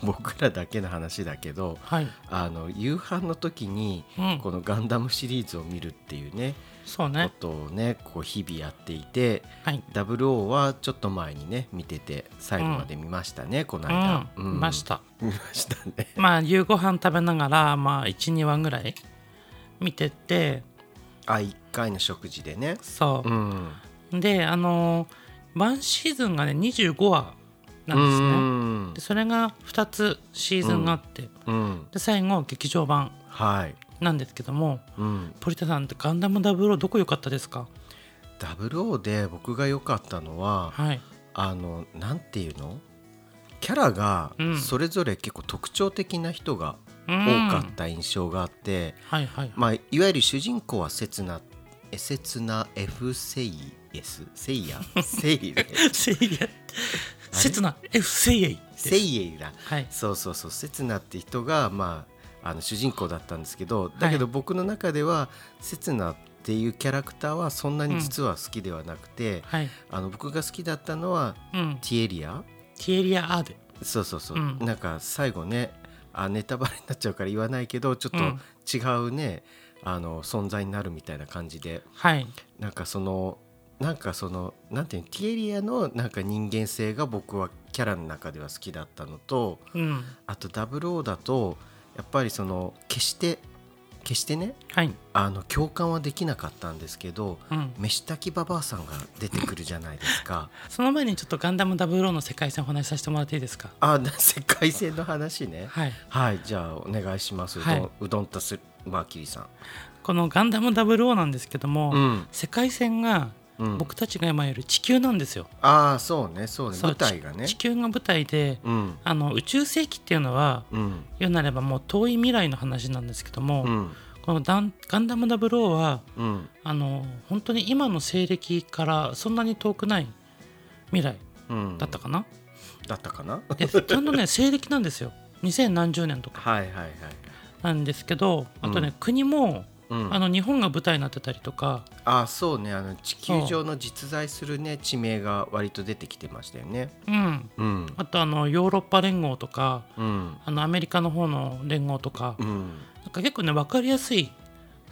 [SPEAKER 2] 僕らだけの話だけど、
[SPEAKER 1] はい
[SPEAKER 2] あの夕飯の時に。
[SPEAKER 1] うん
[SPEAKER 2] このガンダムシリーズを見るっていうね
[SPEAKER 1] そう
[SPEAKER 2] こ
[SPEAKER 1] ね
[SPEAKER 2] とをねこう日々やっていて
[SPEAKER 1] はい
[SPEAKER 2] 00はちょっと前にね見てて最後まで見ましたね、この間、
[SPEAKER 1] う
[SPEAKER 2] うん
[SPEAKER 1] ん見ました
[SPEAKER 2] 見ましたね
[SPEAKER 1] まあ夕ご飯食べながらまあ12話ぐらい見てて
[SPEAKER 2] あ1回の食事でね
[SPEAKER 1] そうう、
[SPEAKER 2] ん
[SPEAKER 1] であのー、ワンシーズンがね25話なんですね、
[SPEAKER 2] うん
[SPEAKER 1] でそれが2つシーズンがあって、
[SPEAKER 2] うん
[SPEAKER 1] で最後劇場版
[SPEAKER 2] はい、
[SPEAKER 1] なんですけども
[SPEAKER 2] うん、
[SPEAKER 1] ポリタさんってガンダム00どこ良かったですか
[SPEAKER 2] 00で僕が良かったのは
[SPEAKER 1] はい
[SPEAKER 2] あのなんていうのキャラが
[SPEAKER 1] うん
[SPEAKER 2] それぞれ結構特徴的な人が
[SPEAKER 1] 多
[SPEAKER 2] 多かった印象があって、
[SPEAKER 1] はいはい
[SPEAKER 2] まあ、いわゆる主人公は刹那え刹那 F セイエスセイヤ セイレ
[SPEAKER 1] せいえ刹那 F せいえい
[SPEAKER 2] セイエイだ
[SPEAKER 1] はい
[SPEAKER 2] そうそうそう刹那って人が、まあ、あの主人公だったんですけどだけど僕の中では刹那っていうキャラクターはそんなに実は好きではなくて、
[SPEAKER 1] はい
[SPEAKER 2] あの僕が好きだったのは
[SPEAKER 1] うん
[SPEAKER 2] ティエリア
[SPEAKER 1] ティエリア・アーデ
[SPEAKER 2] そうそうそう、
[SPEAKER 1] うん
[SPEAKER 2] なんか最後ねあネタバレになっちゃうから言わないけどちょ
[SPEAKER 1] うん
[SPEAKER 2] っと違うね、あの存在になるみたいな感じで
[SPEAKER 1] はい
[SPEAKER 2] なんかそのなんかそのなんていうのティエリアのなんか人間性が僕はキャラの中では好きだったのと、
[SPEAKER 1] うん
[SPEAKER 2] あとダブルオーだとやっぱりその決して決してね
[SPEAKER 1] はい、
[SPEAKER 2] あの共感はできなかったんですけど
[SPEAKER 1] うん、
[SPEAKER 2] 飯炊きババアさんが出てくるじゃないです か
[SPEAKER 1] その前にちょっと「ガンダム00」の世界線お話しさせてもらっていいですか
[SPEAKER 2] あな世界線の話ね
[SPEAKER 1] はい
[SPEAKER 2] はいじゃあお願いしますうどん,、
[SPEAKER 1] はいう
[SPEAKER 2] どんとすマーキュリーさん
[SPEAKER 1] この「ガンダム00」なんですけども、
[SPEAKER 2] うん
[SPEAKER 1] 世界線が
[SPEAKER 2] うん
[SPEAKER 1] 僕たちが今いる地球なんですよ、
[SPEAKER 2] ああそうねそうね
[SPEAKER 1] そう
[SPEAKER 2] 舞台がね
[SPEAKER 1] 地地球が舞台で、
[SPEAKER 2] うん
[SPEAKER 1] あの宇宙世紀っていうのは
[SPEAKER 2] うん
[SPEAKER 1] 言うなればもう遠い未来の話なんですけども、
[SPEAKER 2] うん
[SPEAKER 1] このダン「ガンダム00」は
[SPEAKER 2] うん
[SPEAKER 1] あの本当に今の西暦からそんなに遠くない未来
[SPEAKER 2] うん
[SPEAKER 1] だったかな、
[SPEAKER 2] だったかな
[SPEAKER 1] でちゃんとね 西暦なんですよ2000何十年とか
[SPEAKER 2] はいはいはい
[SPEAKER 1] なんですけどあとね、
[SPEAKER 2] うん
[SPEAKER 1] 国も
[SPEAKER 2] うん
[SPEAKER 1] あの日本が舞台になってたりとか
[SPEAKER 2] あそうねあの地球上の実在するね地名が割と出てきてましたよね
[SPEAKER 1] うん
[SPEAKER 2] うん
[SPEAKER 1] あとあのヨーロッパ連合とか
[SPEAKER 2] うん
[SPEAKER 1] あのアメリカの方の連合とか、
[SPEAKER 2] うん
[SPEAKER 1] なんか結構ね分かりやすい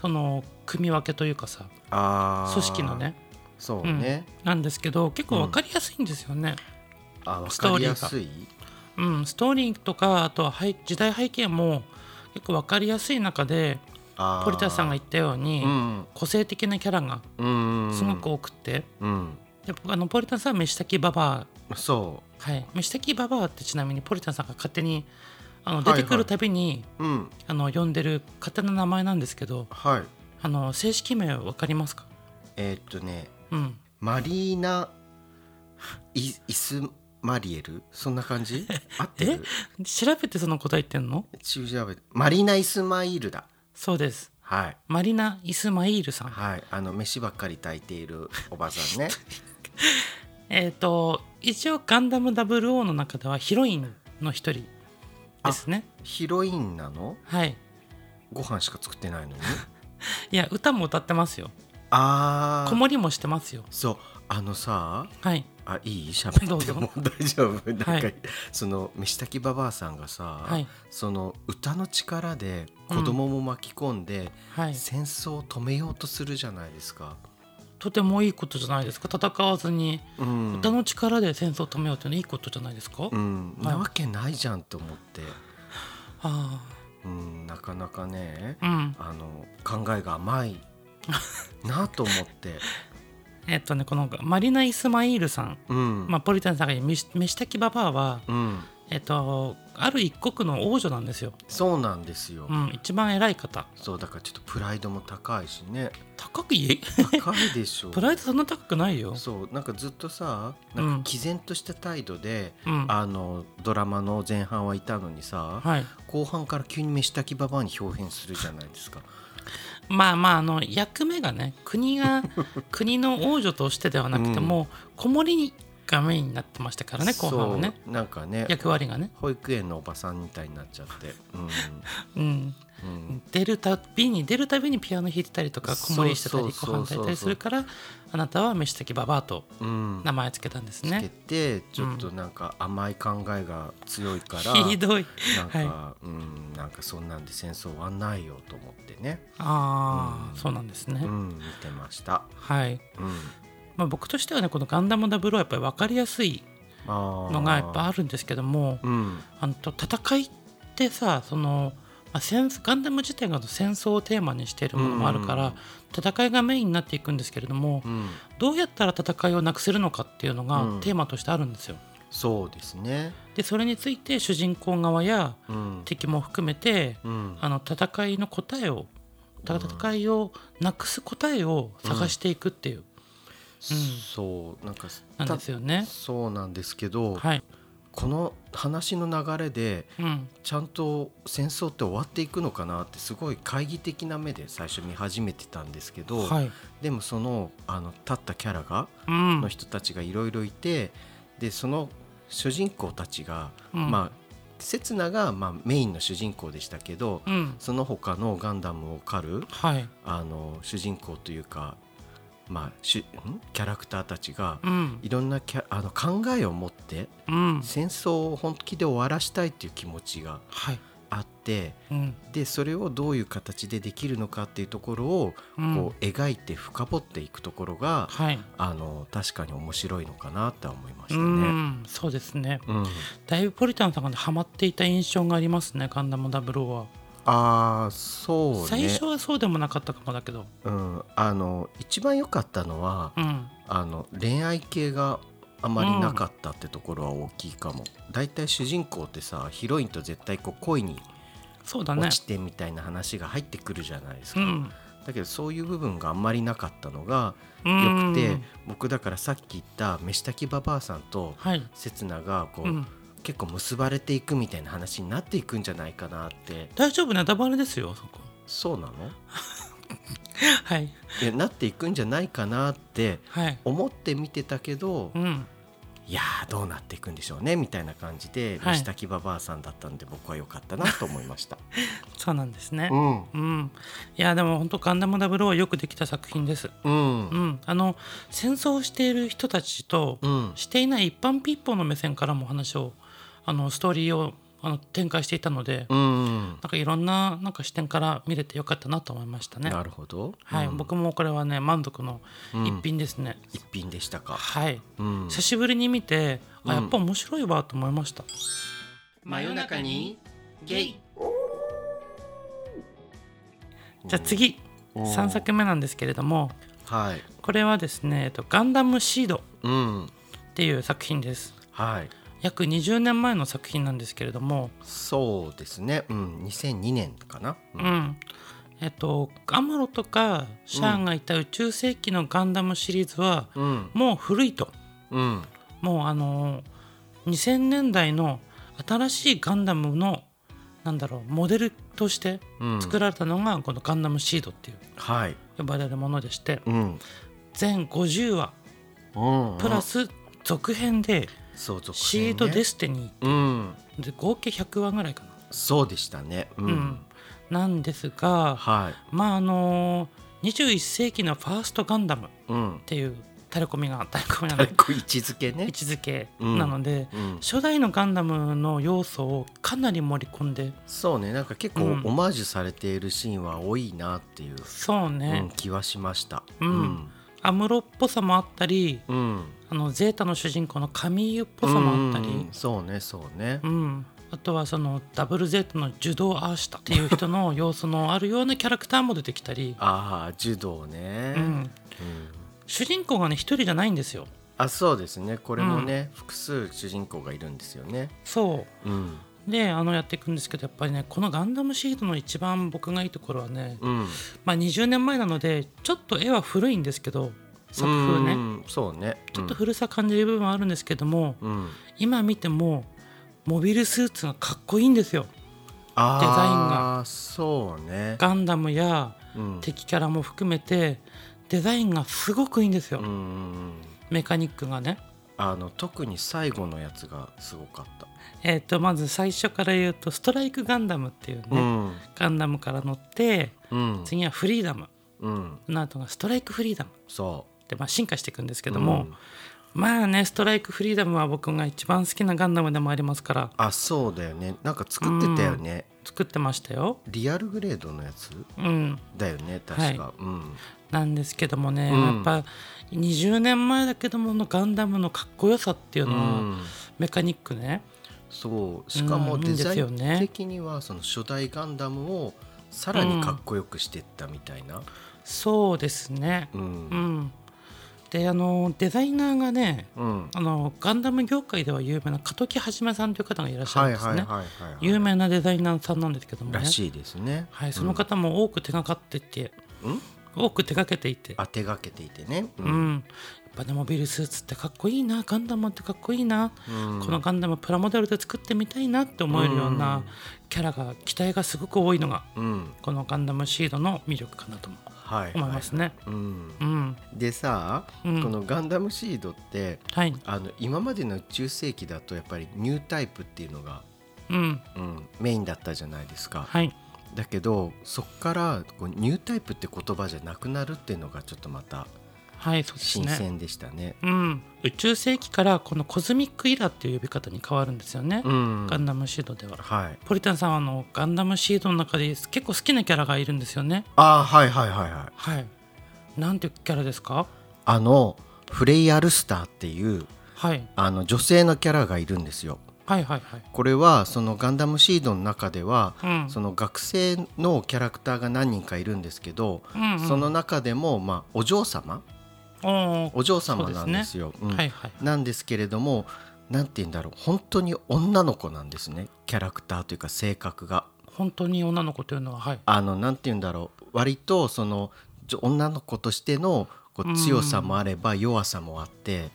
[SPEAKER 1] その組み分けというかさ
[SPEAKER 2] あー
[SPEAKER 1] 組織のね
[SPEAKER 2] そうね、
[SPEAKER 1] なんですけど結構分かりやすいんですよね。
[SPEAKER 2] あわ
[SPEAKER 1] スト
[SPEAKER 2] か
[SPEAKER 1] ー
[SPEAKER 2] り
[SPEAKER 1] リー
[SPEAKER 2] や
[SPEAKER 1] が
[SPEAKER 2] すい
[SPEAKER 1] うん、ストーリーとかあとは背時代背景も結構分かりやすい中で
[SPEAKER 2] あー
[SPEAKER 1] ポリタスさんが言ったように、
[SPEAKER 2] うん
[SPEAKER 1] 個性的なキャラが
[SPEAKER 2] うん
[SPEAKER 1] すごく多くて、
[SPEAKER 2] うん
[SPEAKER 1] で僕あのポリタンさんは飯炊きババ
[SPEAKER 2] そ
[SPEAKER 1] ア、はい、飯炊きババアってちなみにポリタンさんが勝手にあの出てくるたびに、
[SPEAKER 2] ううん
[SPEAKER 1] あの呼んでる勝手な名前なんですけど
[SPEAKER 2] はい
[SPEAKER 1] あの正式名分かりますか
[SPEAKER 2] えーっとね
[SPEAKER 1] うん
[SPEAKER 2] マリーナイイスマリエルそんな感 じ合ってる
[SPEAKER 1] 調べてその答え言ってんの
[SPEAKER 2] 中調べマリーナイスマイルだ
[SPEAKER 1] そうです
[SPEAKER 2] はい
[SPEAKER 1] マリナ・イスマイールさん
[SPEAKER 2] はいあの飯ばっかり炊いているおばさ んね
[SPEAKER 1] えっ、と一応「ガンダム00」の中ではヒロインの一人ですね
[SPEAKER 2] ヒロインなの
[SPEAKER 1] はい
[SPEAKER 2] ご飯しか作ってない のに
[SPEAKER 1] いや歌も歌ってますよ
[SPEAKER 2] あ
[SPEAKER 1] 子
[SPEAKER 2] あ
[SPEAKER 1] 守りもしてますよ
[SPEAKER 2] そうあのさ
[SPEAKER 1] はい
[SPEAKER 2] あいい喋
[SPEAKER 1] どう
[SPEAKER 2] って
[SPEAKER 1] ぞ
[SPEAKER 2] も 大丈夫なんか、
[SPEAKER 1] はい
[SPEAKER 2] その飯炊きばばあさんがさ、
[SPEAKER 1] はい
[SPEAKER 2] その歌の力で子供も巻き込んで、
[SPEAKER 1] はい
[SPEAKER 2] 戦争を止めようとするじゃないですか。
[SPEAKER 1] とてもいいことじゃないですか戦わずに
[SPEAKER 2] うん
[SPEAKER 1] 歌の力で戦争を止めようというのはいいことじゃないですか、
[SPEAKER 2] うん、
[SPEAKER 1] はい
[SPEAKER 2] なわけないじゃんと思って、
[SPEAKER 1] あ
[SPEAKER 2] うん、なかなかね、
[SPEAKER 1] あうん
[SPEAKER 2] あの考えが甘いなと思って、
[SPEAKER 1] えっ、とねこのマリナ・イスマイールさん、
[SPEAKER 2] うん
[SPEAKER 1] まあ、ポリタンさんが言う飯飯炊きババアは、
[SPEAKER 2] うん、
[SPEAKER 1] えっ、とある一国の王女なんですよ、
[SPEAKER 2] そうなんですよ、
[SPEAKER 1] うん、一番偉い方
[SPEAKER 2] そうだからちょっとプライドも高いしね
[SPEAKER 1] 高く言え
[SPEAKER 2] 高いでしょう
[SPEAKER 1] プライドそんな高くないよ。
[SPEAKER 2] そうなんかずっとさな
[SPEAKER 1] うんん
[SPEAKER 2] か毅然とした態度で、
[SPEAKER 1] うん、
[SPEAKER 2] あのドラマの前半はいたのにさ、
[SPEAKER 1] はい、
[SPEAKER 2] 後半から急に飯炊きババアに表変するじゃないですか。
[SPEAKER 1] まあまああの役目が ね国が国の王女としてではなくて
[SPEAKER 2] うん
[SPEAKER 1] もう子守がメインになってましたからね後半はね
[SPEAKER 2] そうなんかね
[SPEAKER 1] 役割がね、
[SPEAKER 2] 保育園のおばさんみたいになっちゃって、
[SPEAKER 1] うん、
[SPEAKER 2] うんうん、
[SPEAKER 1] 出るたびに出るたびにピアノ弾いてたりとか子守りしてたり
[SPEAKER 2] そ
[SPEAKER 1] ご
[SPEAKER 2] うそう
[SPEAKER 1] 飯
[SPEAKER 2] そう
[SPEAKER 1] 炊いたりするからあなたは飯炊きババアと
[SPEAKER 2] うん、
[SPEAKER 1] 名前つけたんです
[SPEAKER 2] つけ
[SPEAKER 1] ね。
[SPEAKER 2] てちょっとなんか甘い考えが強いから、
[SPEAKER 1] ひどい
[SPEAKER 2] なんか、
[SPEAKER 1] は
[SPEAKER 2] うんなんかそんなんで戦争終わんないよと思ってね、
[SPEAKER 1] ああ、
[SPEAKER 2] うん
[SPEAKER 1] そうなんですね、
[SPEAKER 2] うん、見てました。
[SPEAKER 1] はい、
[SPEAKER 2] うん、
[SPEAKER 1] まあ、僕としてはねこの「ガンダム00」はやっぱり分かりやすい
[SPEAKER 2] あー
[SPEAKER 1] のがやっぱあるんですけども、
[SPEAKER 2] うん
[SPEAKER 1] あのと戦いってさその、まあ、戦ガンダム自体が戦争をテーマにしているものもあるから、
[SPEAKER 2] うん
[SPEAKER 1] 戦いがメインになっていくんですけれども、
[SPEAKER 2] うん、
[SPEAKER 1] どうやったら戦いをなくせるのかっていうのが
[SPEAKER 2] うん
[SPEAKER 1] テーマとしてあるんですよ。
[SPEAKER 2] そうですね。
[SPEAKER 1] でそれについて主人公側や
[SPEAKER 2] うん、
[SPEAKER 1] 敵も含めて
[SPEAKER 2] うん、
[SPEAKER 1] あの戦いの答えを戦いをなくす答えを探していくっていう、
[SPEAKER 2] そうなんか
[SPEAKER 1] なんですよね
[SPEAKER 2] た。そうなんですけど、
[SPEAKER 1] はい、
[SPEAKER 2] この話の流れで
[SPEAKER 1] うん、
[SPEAKER 2] ちゃんと戦争って終わっていくのかなってすごい懐疑的な目で最初見始めてたんですけど、
[SPEAKER 1] はい、
[SPEAKER 2] でもそのあの立ったキャラが
[SPEAKER 1] うん
[SPEAKER 2] の、人たちがいろいろいてでその主人公たちが、
[SPEAKER 1] うん
[SPEAKER 2] まあ刹那が、まあ、メインの主人公でしたけど、
[SPEAKER 1] うん、
[SPEAKER 2] その他のガンダムを狩る
[SPEAKER 1] はい、
[SPEAKER 2] あの主人公というか、まあ、しゅんキャラクターたちが
[SPEAKER 1] うん、
[SPEAKER 2] いろんなキャあの考えを持って
[SPEAKER 1] うん、
[SPEAKER 2] 戦争を本気で終わらしたいっていう気持ちが
[SPEAKER 1] はい、
[SPEAKER 2] あって
[SPEAKER 1] うん、
[SPEAKER 2] でそれをどういう形でできるのかっていうところを
[SPEAKER 1] うん
[SPEAKER 2] こう描いて深掘っていくところが、
[SPEAKER 1] はい。
[SPEAKER 2] あの確かに面白いのかなとは思いまし
[SPEAKER 1] う
[SPEAKER 2] たね。
[SPEAKER 1] ん、そうですね。
[SPEAKER 2] うん、
[SPEAKER 1] だいぶポリタンさんがハマっていた印象がありますね、ガンダム00は。
[SPEAKER 2] ああそうね
[SPEAKER 1] 最初はそうでもなかったかもだけど
[SPEAKER 2] うん、あの一番良かったのは、
[SPEAKER 1] うん
[SPEAKER 2] あの恋愛系があまりなかったってところは大きいかも、だいたい主人公ってさヒロインと絶対こう恋に
[SPEAKER 1] そうだね
[SPEAKER 2] 落ちてみたいな話が入ってくるじゃないです
[SPEAKER 1] う
[SPEAKER 2] か、
[SPEAKER 1] ん
[SPEAKER 2] だけどそういう部分があんまりなかったのが
[SPEAKER 1] う
[SPEAKER 2] 良
[SPEAKER 1] ん
[SPEAKER 2] くて、僕だからさっき言った飯炊きばばあさんと
[SPEAKER 1] はい
[SPEAKER 2] 刹那がこう、
[SPEAKER 1] うん
[SPEAKER 2] 結構結ばれていくみたいな話になっていくんじゃないかなって
[SPEAKER 1] 大丈夫ネタバレですよそこ
[SPEAKER 2] そうなの
[SPEAKER 1] はい
[SPEAKER 2] いやなっていくんじゃないかなって
[SPEAKER 1] はい
[SPEAKER 2] 思って見てたけど、
[SPEAKER 1] うん
[SPEAKER 2] いやーどうなっていくんでしょうねみたいな感じで
[SPEAKER 1] はい
[SPEAKER 2] 西滝ばばあさんだったんで僕は良かったなと思いました。
[SPEAKER 1] そうなんですね
[SPEAKER 2] うん
[SPEAKER 1] うんいやでも本当ガンダム00はよくできた作品です
[SPEAKER 2] うん
[SPEAKER 1] うんあの戦争をしている人たちと
[SPEAKER 2] うん
[SPEAKER 1] していない一般ピッポの目線からも話をあのストーリーをあの展開していたので
[SPEAKER 2] うん
[SPEAKER 1] なんかいろんななんか視点から見れてよかったなと思いましたね
[SPEAKER 2] なるほど。
[SPEAKER 1] はい、
[SPEAKER 2] うん
[SPEAKER 1] 僕もこれはね満足の
[SPEAKER 2] うん
[SPEAKER 1] 一品ですね、
[SPEAKER 2] 一品でしたか。
[SPEAKER 1] はい
[SPEAKER 2] うん
[SPEAKER 1] 久しぶりに見て、あやっぱ面白いわと思いました
[SPEAKER 2] 真夜中にゲイ。
[SPEAKER 1] じゃあ次
[SPEAKER 2] おー
[SPEAKER 1] 3作目なんですけれども
[SPEAKER 2] はい。
[SPEAKER 1] これはですねえっと「ガンダムシード」
[SPEAKER 2] うん
[SPEAKER 1] っていう作品です
[SPEAKER 2] はい。
[SPEAKER 1] 約20年前の作品なんですけれども
[SPEAKER 2] そうですね。うん2002年かな。う
[SPEAKER 1] うん、えっとアムロとかシャアがいた宇宙世紀のガンダムシリーズは
[SPEAKER 2] うん
[SPEAKER 1] もう古いと
[SPEAKER 2] うん
[SPEAKER 1] もうあのー2000年代の新しいガンダムのなんだろうモデルとして
[SPEAKER 2] うん
[SPEAKER 1] 作られたのがこの「ガンダムシード」っていう
[SPEAKER 2] はい。
[SPEAKER 1] 呼ばれるものでして
[SPEAKER 2] うん
[SPEAKER 1] 全50話
[SPEAKER 2] うん
[SPEAKER 1] プラス続編で
[SPEAKER 2] そう
[SPEAKER 1] 「
[SPEAKER 2] 続
[SPEAKER 1] シー
[SPEAKER 2] 編
[SPEAKER 1] ド・
[SPEAKER 2] ね
[SPEAKER 1] デスティニ
[SPEAKER 2] うん
[SPEAKER 1] ー」で合計100話ぐらいかな、
[SPEAKER 2] そうでしたね。う
[SPEAKER 1] うん
[SPEAKER 2] ん
[SPEAKER 1] なんですが
[SPEAKER 2] はい。
[SPEAKER 1] まああのー21世紀のファーストガンダムっ
[SPEAKER 2] うん。
[SPEAKER 1] ていうタレコミがタレコミな
[SPEAKER 2] あ
[SPEAKER 1] の
[SPEAKER 2] れこう位置づけ
[SPEAKER 1] 位
[SPEAKER 2] ね。
[SPEAKER 1] 置づけなので、
[SPEAKER 2] うん、
[SPEAKER 1] 初代のガンダムの要素をかなり盛り込んで
[SPEAKER 2] そうねなんか結構
[SPEAKER 1] うん
[SPEAKER 2] オマージュされているシーンは多いなっていう、
[SPEAKER 1] そう
[SPEAKER 2] う
[SPEAKER 1] ね
[SPEAKER 2] ん、、気はしました。
[SPEAKER 1] うんアムロっぽさもあったり
[SPEAKER 2] うんうん
[SPEAKER 1] あのゼータの主人公のカミーユっぽさもあったり、
[SPEAKER 2] うんそうねそうね
[SPEAKER 1] うんあとはそのダブルゼータのジュドー・アーシタっていう人の要素のあるようなキャラクターも出てきたり、
[SPEAKER 2] ああ柔道ね、
[SPEAKER 1] う
[SPEAKER 2] うん
[SPEAKER 1] ん、主人公がね一人じゃないんですよ
[SPEAKER 2] あそうですねこれもね、複数主人公がいるんですよね。
[SPEAKER 1] そ
[SPEAKER 2] うん
[SPEAKER 1] うであのやっていくんですけどやっぱりねこの「ガンダムシード」の一番僕がいいところはね、
[SPEAKER 2] うん、
[SPEAKER 1] まあ、20年前なのでちょっと絵は古いんですけど作風ね、
[SPEAKER 2] うんそうね
[SPEAKER 1] ちょっと古さ感じる部分はあるんですけども、
[SPEAKER 2] うんうん、
[SPEAKER 1] 今見てもモビルスーツがかっこいいんですよ
[SPEAKER 2] あー
[SPEAKER 1] デザインが
[SPEAKER 2] そうね、
[SPEAKER 1] ガンダムや
[SPEAKER 2] うん、
[SPEAKER 1] 敵キャラも含めてデザインがすごくいいんですよ、
[SPEAKER 2] うんうんうん
[SPEAKER 1] メカニックがね
[SPEAKER 2] あの特に最後のやつがすごかった。
[SPEAKER 1] えー、とまず最初から言うとストライクガンダムっていうね、
[SPEAKER 2] うん
[SPEAKER 1] ガンダムから乗って
[SPEAKER 2] うん
[SPEAKER 1] 次はフリーダム
[SPEAKER 2] うん、
[SPEAKER 1] その後がストライクフリーダム
[SPEAKER 2] そ
[SPEAKER 1] で、まあ、進化していくんですけ
[SPEAKER 2] う。
[SPEAKER 1] ども
[SPEAKER 2] う、ん
[SPEAKER 1] まあねストライクフリーダムは僕が一番好きなガンダムでもありますから
[SPEAKER 2] あそうだよねなんか作ってたよね、
[SPEAKER 1] 作ってましたよ
[SPEAKER 2] リアルグレードのやつ
[SPEAKER 1] うん
[SPEAKER 2] だよね確か、うん
[SPEAKER 1] なんですけどもね、
[SPEAKER 2] うん
[SPEAKER 1] やっぱ20年前だけどものガンダムのかっこよさっていう
[SPEAKER 2] う
[SPEAKER 1] のは、
[SPEAKER 2] ん
[SPEAKER 1] メカニックね
[SPEAKER 2] そうしかもデザイ
[SPEAKER 1] うんいいんですよね
[SPEAKER 2] ン的にはその初代ガンダムをさらにかっこよくしてったみたいな
[SPEAKER 1] そうですね
[SPEAKER 2] う
[SPEAKER 1] うんんであのデザイナーがね
[SPEAKER 2] うん
[SPEAKER 1] あのガンダム業界では有名な加藤木はじめさんという方がいらっしゃ
[SPEAKER 2] は
[SPEAKER 1] るん
[SPEAKER 2] い
[SPEAKER 1] ですね、
[SPEAKER 2] はいはいはい
[SPEAKER 1] 有名なデザイナーさんなんですけどもね
[SPEAKER 2] らしいですね
[SPEAKER 1] はい、その方も多く手がかっていて、
[SPEAKER 2] うんうん
[SPEAKER 1] 多く手がけていて
[SPEAKER 2] あ手がけていてねう
[SPEAKER 1] うん、やっぱねモビルスーツってかっこいいなガンダムってかっこいいな、
[SPEAKER 2] うん
[SPEAKER 1] このガンダムプラモデルで作ってみたいなって思えるようなキャラが期待がすごく多いのが
[SPEAKER 2] うん
[SPEAKER 1] このガンダムシードの魅力かなとも
[SPEAKER 2] はい
[SPEAKER 1] 思いますね。
[SPEAKER 2] うん
[SPEAKER 1] うん、
[SPEAKER 2] でさ
[SPEAKER 1] うん
[SPEAKER 2] このガンダムシードって
[SPEAKER 1] はい、
[SPEAKER 2] あの今までの中世紀だとやっぱりニュータイプっていうのが
[SPEAKER 1] うん、
[SPEAKER 2] うん、メインだったじゃないですか、
[SPEAKER 1] はい、
[SPEAKER 2] だけどそこからこうニュータイプって言葉じゃなくなるっていうのがちょっとまた
[SPEAKER 1] はい、そうです
[SPEAKER 2] 新
[SPEAKER 1] ね。
[SPEAKER 2] 鮮でしたね。
[SPEAKER 1] うん、宇宙世紀からこのコズミックイラーっていう呼び方に変わるんですよね。
[SPEAKER 2] うん
[SPEAKER 1] ガンダムシードでは。
[SPEAKER 2] はい、
[SPEAKER 1] ポリタンさんはあのガンダムシードの中で結構好きなキャラがいるんですよね。
[SPEAKER 2] あーはいはいはいはい
[SPEAKER 1] はい。なんていうキャラですか？
[SPEAKER 2] あのフレイアルスターっていう
[SPEAKER 1] はい。
[SPEAKER 2] あの女性のキャラがいるんですよ。
[SPEAKER 1] はいはいはい
[SPEAKER 2] これはその「ガンダムシード」の中では、
[SPEAKER 1] うん
[SPEAKER 2] その学生のキャラクターが何人かいるんですけど、
[SPEAKER 1] うんうん
[SPEAKER 2] その中でも、まあ、お嬢様
[SPEAKER 1] おー
[SPEAKER 2] お嬢様なんですよ。うん
[SPEAKER 1] はいはい
[SPEAKER 2] なんですけれどもなんて言うんだろう本当に女の子なんですねキャラクターというか性格が。
[SPEAKER 1] 本当に女の子というのははい
[SPEAKER 2] あのなんて言うんだろう割とそのじょ女の子としてのこ
[SPEAKER 1] うん
[SPEAKER 2] う強さもあれば弱さもあって、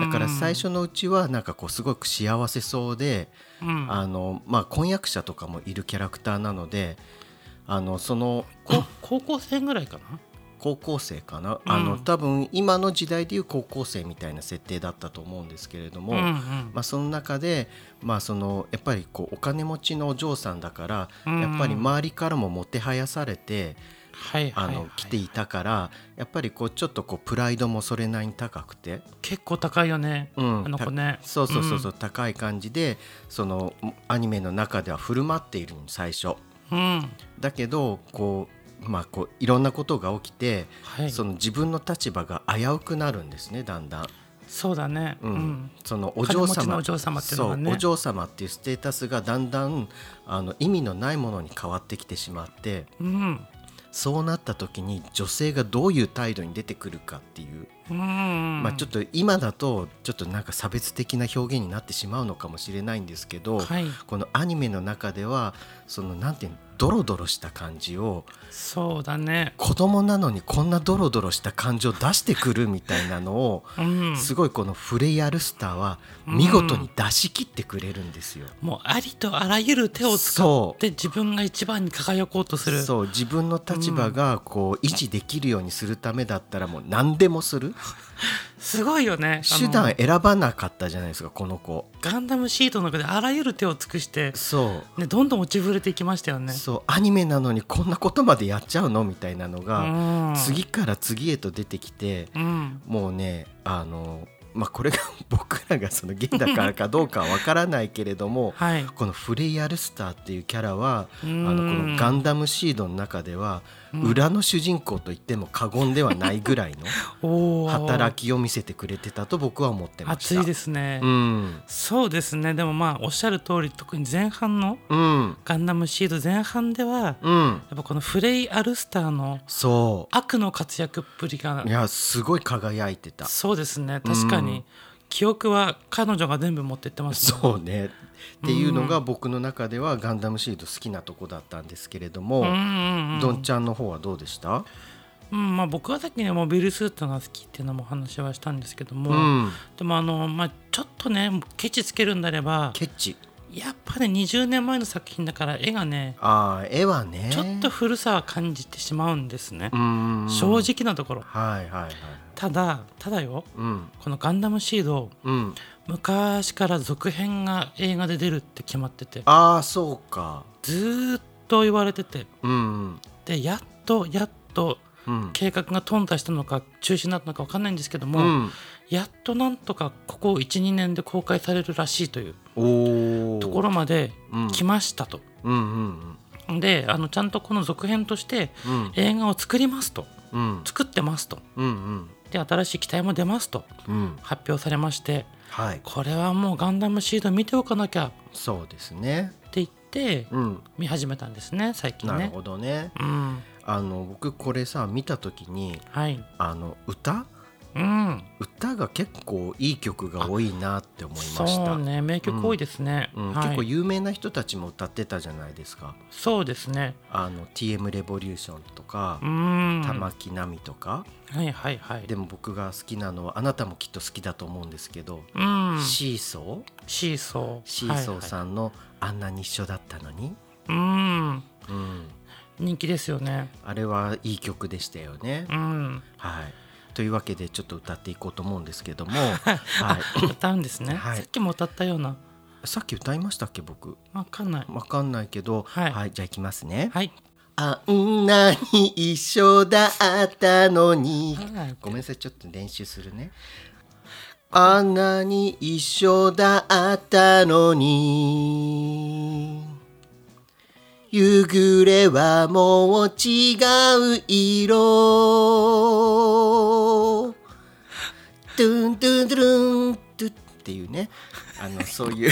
[SPEAKER 2] だから最、初のうちはなんかこうすごく幸せそうで、
[SPEAKER 1] うんうん
[SPEAKER 2] あのまあ、婚約者とかもいるキャラクターなのであのその こ
[SPEAKER 1] 高校生ぐらいかな
[SPEAKER 2] 高校生か
[SPEAKER 1] う
[SPEAKER 2] な、
[SPEAKER 1] ん
[SPEAKER 2] あの多分今の時代でいう高校生みたいな設定だったと思うんですけれども。
[SPEAKER 1] んん
[SPEAKER 2] まあ、その中で、まあ、そのやっぱりこうお金持ちのお嬢さんだから、
[SPEAKER 1] うん
[SPEAKER 2] やっぱり周りからももてはやされて、
[SPEAKER 1] はいはい
[SPEAKER 2] あ
[SPEAKER 1] はい
[SPEAKER 2] の来ていたからやっぱりこうちょっとこうプライドもそれなりに高くて、
[SPEAKER 1] 結構高いよね、
[SPEAKER 2] うん
[SPEAKER 1] あの子ね
[SPEAKER 2] たそうそうそうそう、
[SPEAKER 1] う
[SPEAKER 2] 高い感じでそのアニメの中では振る舞っているの最初
[SPEAKER 1] うん、
[SPEAKER 2] だけどこうまあこういろんなことが起きて、
[SPEAKER 1] はい
[SPEAKER 2] そ
[SPEAKER 1] そ
[SPEAKER 2] の自分の立場が危うくなるんですねだんだん。
[SPEAKER 1] うだね
[SPEAKER 2] う
[SPEAKER 1] うんん、
[SPEAKER 2] そのお
[SPEAKER 1] 金
[SPEAKER 2] 嬢
[SPEAKER 1] 持ち
[SPEAKER 2] 様
[SPEAKER 1] のお嬢様っていうのがね
[SPEAKER 2] そうお嬢様っていうステータスがだんだんあの意味のないものに変わってきてしまって
[SPEAKER 1] うん
[SPEAKER 2] そうなった時に女性がどういう態度に出てくるかっていう、
[SPEAKER 1] うん
[SPEAKER 2] まあ、ちょっと今だとちょっとなんか差別的な表現になってしまうのかもしれないんですけど、
[SPEAKER 1] はい
[SPEAKER 2] このアニメの中ではそのなんていうのドロドロした感じを
[SPEAKER 1] そうだね
[SPEAKER 2] 子供なのにこんなドロドロした感情出してくるみたいなのを。
[SPEAKER 1] うん
[SPEAKER 2] すごいこのフレイアルスターは見事に出し切ってくれるんですよ。
[SPEAKER 1] もうありとあらゆる手を使
[SPEAKER 2] そ
[SPEAKER 1] っ
[SPEAKER 2] う
[SPEAKER 1] て自分が一番に輝こうとする
[SPEAKER 2] そう自分の立場がこう維持できるようにするためだったらもう何でもする
[SPEAKER 1] すごいよねあの
[SPEAKER 2] 手段選ばなかったじゃないですかこの子
[SPEAKER 1] ガンダムシートの中であらゆる手を尽くして、
[SPEAKER 2] そ
[SPEAKER 1] ね、どんどん落ちぶれていきましたよ
[SPEAKER 2] う
[SPEAKER 1] ね
[SPEAKER 2] そうアニメなのにこんなことまでやっちゃうのみたいなのが
[SPEAKER 1] うん、
[SPEAKER 2] 次から次へと出てきて
[SPEAKER 1] うん
[SPEAKER 2] もうねあのまあこれが 僕らがその現代からかどうかはわからないけれども
[SPEAKER 1] はい
[SPEAKER 2] このフレイアルスターっていうキャラは
[SPEAKER 1] あ
[SPEAKER 2] あのこの「ガンダムシード」の中では裏の主人公と言っても過言ではない ぐらいの働
[SPEAKER 1] き
[SPEAKER 2] きを見せてくれてたと僕は思ってました。
[SPEAKER 1] 熱いですすね、
[SPEAKER 2] うん
[SPEAKER 1] そうですねでもまあおっしゃる通り特に前半の
[SPEAKER 2] うん
[SPEAKER 1] 「ガンダムシード」前半では
[SPEAKER 2] うん
[SPEAKER 1] やっぱこのフレイ・アルスターの
[SPEAKER 2] そ
[SPEAKER 1] 悪の活躍っぷりが
[SPEAKER 2] ういやすごい輝いてた。
[SPEAKER 1] そうですね確かに記憶は彼女が全部持ってってますね
[SPEAKER 2] そうねっていうのが僕の中では「ガンダムシード」好きなとこだったんですけれども、
[SPEAKER 1] うんうんうん
[SPEAKER 2] どんちゃんの方はどうでした、
[SPEAKER 1] うんまあ、僕はさっきねモビルスーツが好きっていうのもお話はしたんですけども、
[SPEAKER 2] うん、
[SPEAKER 1] でもあの、まあ、ちょっとねケチつけるんであれば
[SPEAKER 2] ケチ
[SPEAKER 1] やっぱね20年前の作品だから絵がね
[SPEAKER 2] あー絵はね
[SPEAKER 1] ちょっと古さは感じてしまうんですね、
[SPEAKER 2] うん
[SPEAKER 1] 正直なところ
[SPEAKER 2] はいはいはい
[SPEAKER 1] ただただよ
[SPEAKER 2] うん
[SPEAKER 1] この「ガンダムシード」
[SPEAKER 2] うん
[SPEAKER 1] 昔から続編が映画で出るって決まってて
[SPEAKER 2] ああそうか
[SPEAKER 1] ずーっと言われてて
[SPEAKER 2] うん
[SPEAKER 1] でやっとやっと
[SPEAKER 2] うん
[SPEAKER 1] 計画が頓挫したのか中止になったのか分かんないんですけども、
[SPEAKER 2] うん
[SPEAKER 1] やっとなんとかここ12年で公開されるらしいという
[SPEAKER 2] おお
[SPEAKER 1] ところまで
[SPEAKER 2] うん
[SPEAKER 1] 来ましたと。
[SPEAKER 2] うんうん
[SPEAKER 1] であのちゃんとこの続編として
[SPEAKER 2] うん
[SPEAKER 1] 映画を作りますと
[SPEAKER 2] うん
[SPEAKER 1] 作ってますと
[SPEAKER 2] うんうん
[SPEAKER 1] で新しい機体も出ますと
[SPEAKER 2] うん
[SPEAKER 1] 発表されまして
[SPEAKER 2] はい
[SPEAKER 1] これはもう「ガンダムシード」見ておかなきゃ
[SPEAKER 2] そうですね
[SPEAKER 1] って言って
[SPEAKER 2] うん
[SPEAKER 1] 見始めたんですね最近
[SPEAKER 2] なる
[SPEAKER 1] ね。
[SPEAKER 2] ほどね
[SPEAKER 1] うん、
[SPEAKER 2] あの僕これさ見た時に
[SPEAKER 1] はい、
[SPEAKER 2] あの歌
[SPEAKER 1] うん、
[SPEAKER 2] 歌が結構いい曲が多いなって思いまし
[SPEAKER 1] そ
[SPEAKER 2] た
[SPEAKER 1] うね名曲多いですね、
[SPEAKER 2] うん
[SPEAKER 1] はい
[SPEAKER 2] 結構有名な人たちも歌ってたじゃないですか
[SPEAKER 1] そうですね
[SPEAKER 2] あの TM レボリューションとか
[SPEAKER 1] うん
[SPEAKER 2] 玉木奈美とか
[SPEAKER 1] はいはいはい
[SPEAKER 2] でも僕が好きなのはあなたもきっと好きだと思うんですけど
[SPEAKER 1] うん
[SPEAKER 2] シーソー
[SPEAKER 1] シーソー
[SPEAKER 2] シーソー
[SPEAKER 1] ん、
[SPEAKER 2] さんのあんなに一緒だったのに、
[SPEAKER 1] はいはい
[SPEAKER 2] うん、
[SPEAKER 1] うん人気ですよね
[SPEAKER 2] あれはいい曲でしたよね
[SPEAKER 1] う。ん
[SPEAKER 2] はい、というわけでちょっと歌っていこうと思うんです けども、はい、
[SPEAKER 1] 歌うんですね、
[SPEAKER 2] はい
[SPEAKER 1] さっきも歌ったような
[SPEAKER 2] さっき歌いましたっけ僕
[SPEAKER 1] わかんない
[SPEAKER 2] わかんないけど、
[SPEAKER 1] はい
[SPEAKER 2] じゃあいきますね。
[SPEAKER 1] はい
[SPEAKER 2] あんなに一緒だったのにごめんなさいちょっと練習するね。あんなに一緒だったのに夕暮れはもう違う色トゥントゥントゥルントゥっていうねあのそういう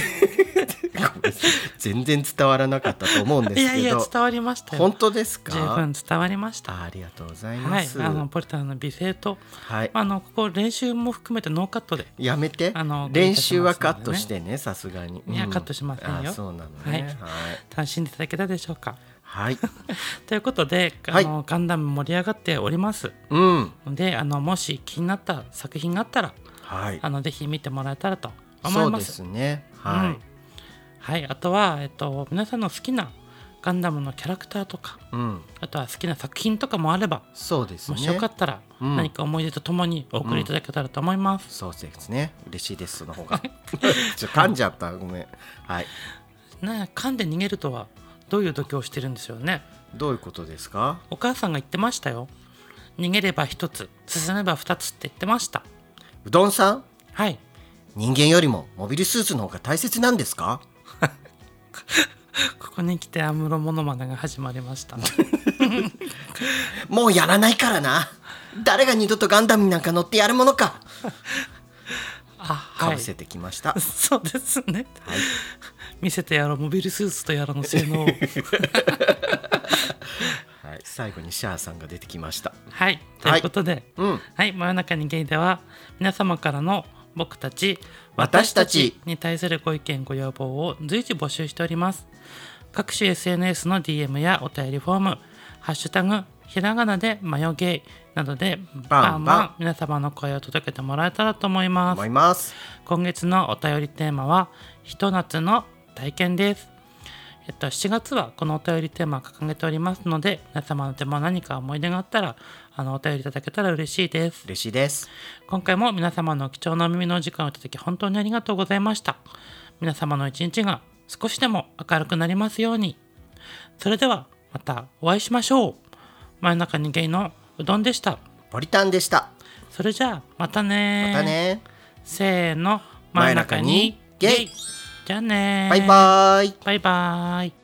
[SPEAKER 2] ごめんなさい全然伝わらなかったと思うんです
[SPEAKER 1] い
[SPEAKER 2] けど
[SPEAKER 1] やいや伝わりました
[SPEAKER 2] 本
[SPEAKER 1] よ
[SPEAKER 2] 当ですか
[SPEAKER 1] 十分伝わりました
[SPEAKER 2] ありがとうございま
[SPEAKER 1] はい
[SPEAKER 2] す、
[SPEAKER 1] あのポルターの美声と
[SPEAKER 2] はい
[SPEAKER 1] あのここ練習も含めてノーカットで
[SPEAKER 2] やめて
[SPEAKER 1] あの
[SPEAKER 2] 練習はカットしてねさすがに
[SPEAKER 1] いやカットしませんよ
[SPEAKER 2] あそうなの
[SPEAKER 1] はい
[SPEAKER 2] ね
[SPEAKER 1] 楽しんでいただけたでしょうか
[SPEAKER 2] はい、はい、
[SPEAKER 1] ということであの、ガンダム盛り上がっております
[SPEAKER 2] うん
[SPEAKER 1] のであのもし気になった作品があったら
[SPEAKER 2] はい
[SPEAKER 1] あのぜひ見てもらえたらと思
[SPEAKER 2] そ
[SPEAKER 1] いうま
[SPEAKER 2] ですすねはい、
[SPEAKER 1] うんはい、あとは、えっと、皆さんの好きなガンダムのキャラクターとか
[SPEAKER 2] うん、
[SPEAKER 1] あとは好きな作品とかもあれば、
[SPEAKER 2] そうですね。
[SPEAKER 1] もしよかったら、
[SPEAKER 2] うん
[SPEAKER 1] 何か思い出とともにお送りいただけたらと思います、
[SPEAKER 2] そうですね。嬉しいです、その方 が。ちょ噛んじゃった、ごめん。はい。
[SPEAKER 1] ね噛んで逃げるとはどういう度胸をしてるんですよね
[SPEAKER 2] どういうことですか。
[SPEAKER 1] お母さんが言ってましたよ逃げれば一つ進めば二つって言ってました
[SPEAKER 2] うどんさん、
[SPEAKER 1] はい
[SPEAKER 2] 人間よりもモビルスーツの方が大切なんですか。
[SPEAKER 1] ここに来て安室モノマネが始まりま した
[SPEAKER 2] もうやらないからな。誰が二度とガンダムになんか乗ってやるものか。
[SPEAKER 1] あ
[SPEAKER 2] か
[SPEAKER 1] は
[SPEAKER 2] ぶ
[SPEAKER 1] い
[SPEAKER 2] せてきました。
[SPEAKER 1] そうですね
[SPEAKER 2] はい。
[SPEAKER 1] 見せてやろうモビルスーツとやらの性能を
[SPEAKER 2] はい、最後にシャアさんが出てきました。
[SPEAKER 1] はいということで、
[SPEAKER 2] うん。
[SPEAKER 1] はい、真夜中にゲイでは皆様からの僕たち
[SPEAKER 2] 私たち
[SPEAKER 1] に対するご意見ご要望を随時募集しております各種 SNS の DM やお便りフォーム「ハッシュタグひらがなでマヨゲイ」などで
[SPEAKER 2] バンバン
[SPEAKER 1] 皆様の声を届けてもらえたらと思います
[SPEAKER 2] 思います。
[SPEAKER 1] 今月のお便りテーマは「ひと夏の体験」です。えっと、7月はこのお便りテーマを掲げておりますので皆様の手も何か思い出があったらあのお便りいただけたら嬉しいです
[SPEAKER 2] 嬉しいです。
[SPEAKER 1] 今回も皆様の貴重なお耳のお時間をいただき本当にありがとうございました皆様の一日が少しでも明るくなりますようにそれではまたお会いしましょう真夜中にゲイのうどんでした
[SPEAKER 2] ポリタンでした。
[SPEAKER 1] それじゃあまたね
[SPEAKER 2] またね。
[SPEAKER 1] せーの真夜中にゲイじゃあねー
[SPEAKER 2] バイバイ。
[SPEAKER 1] バイバイ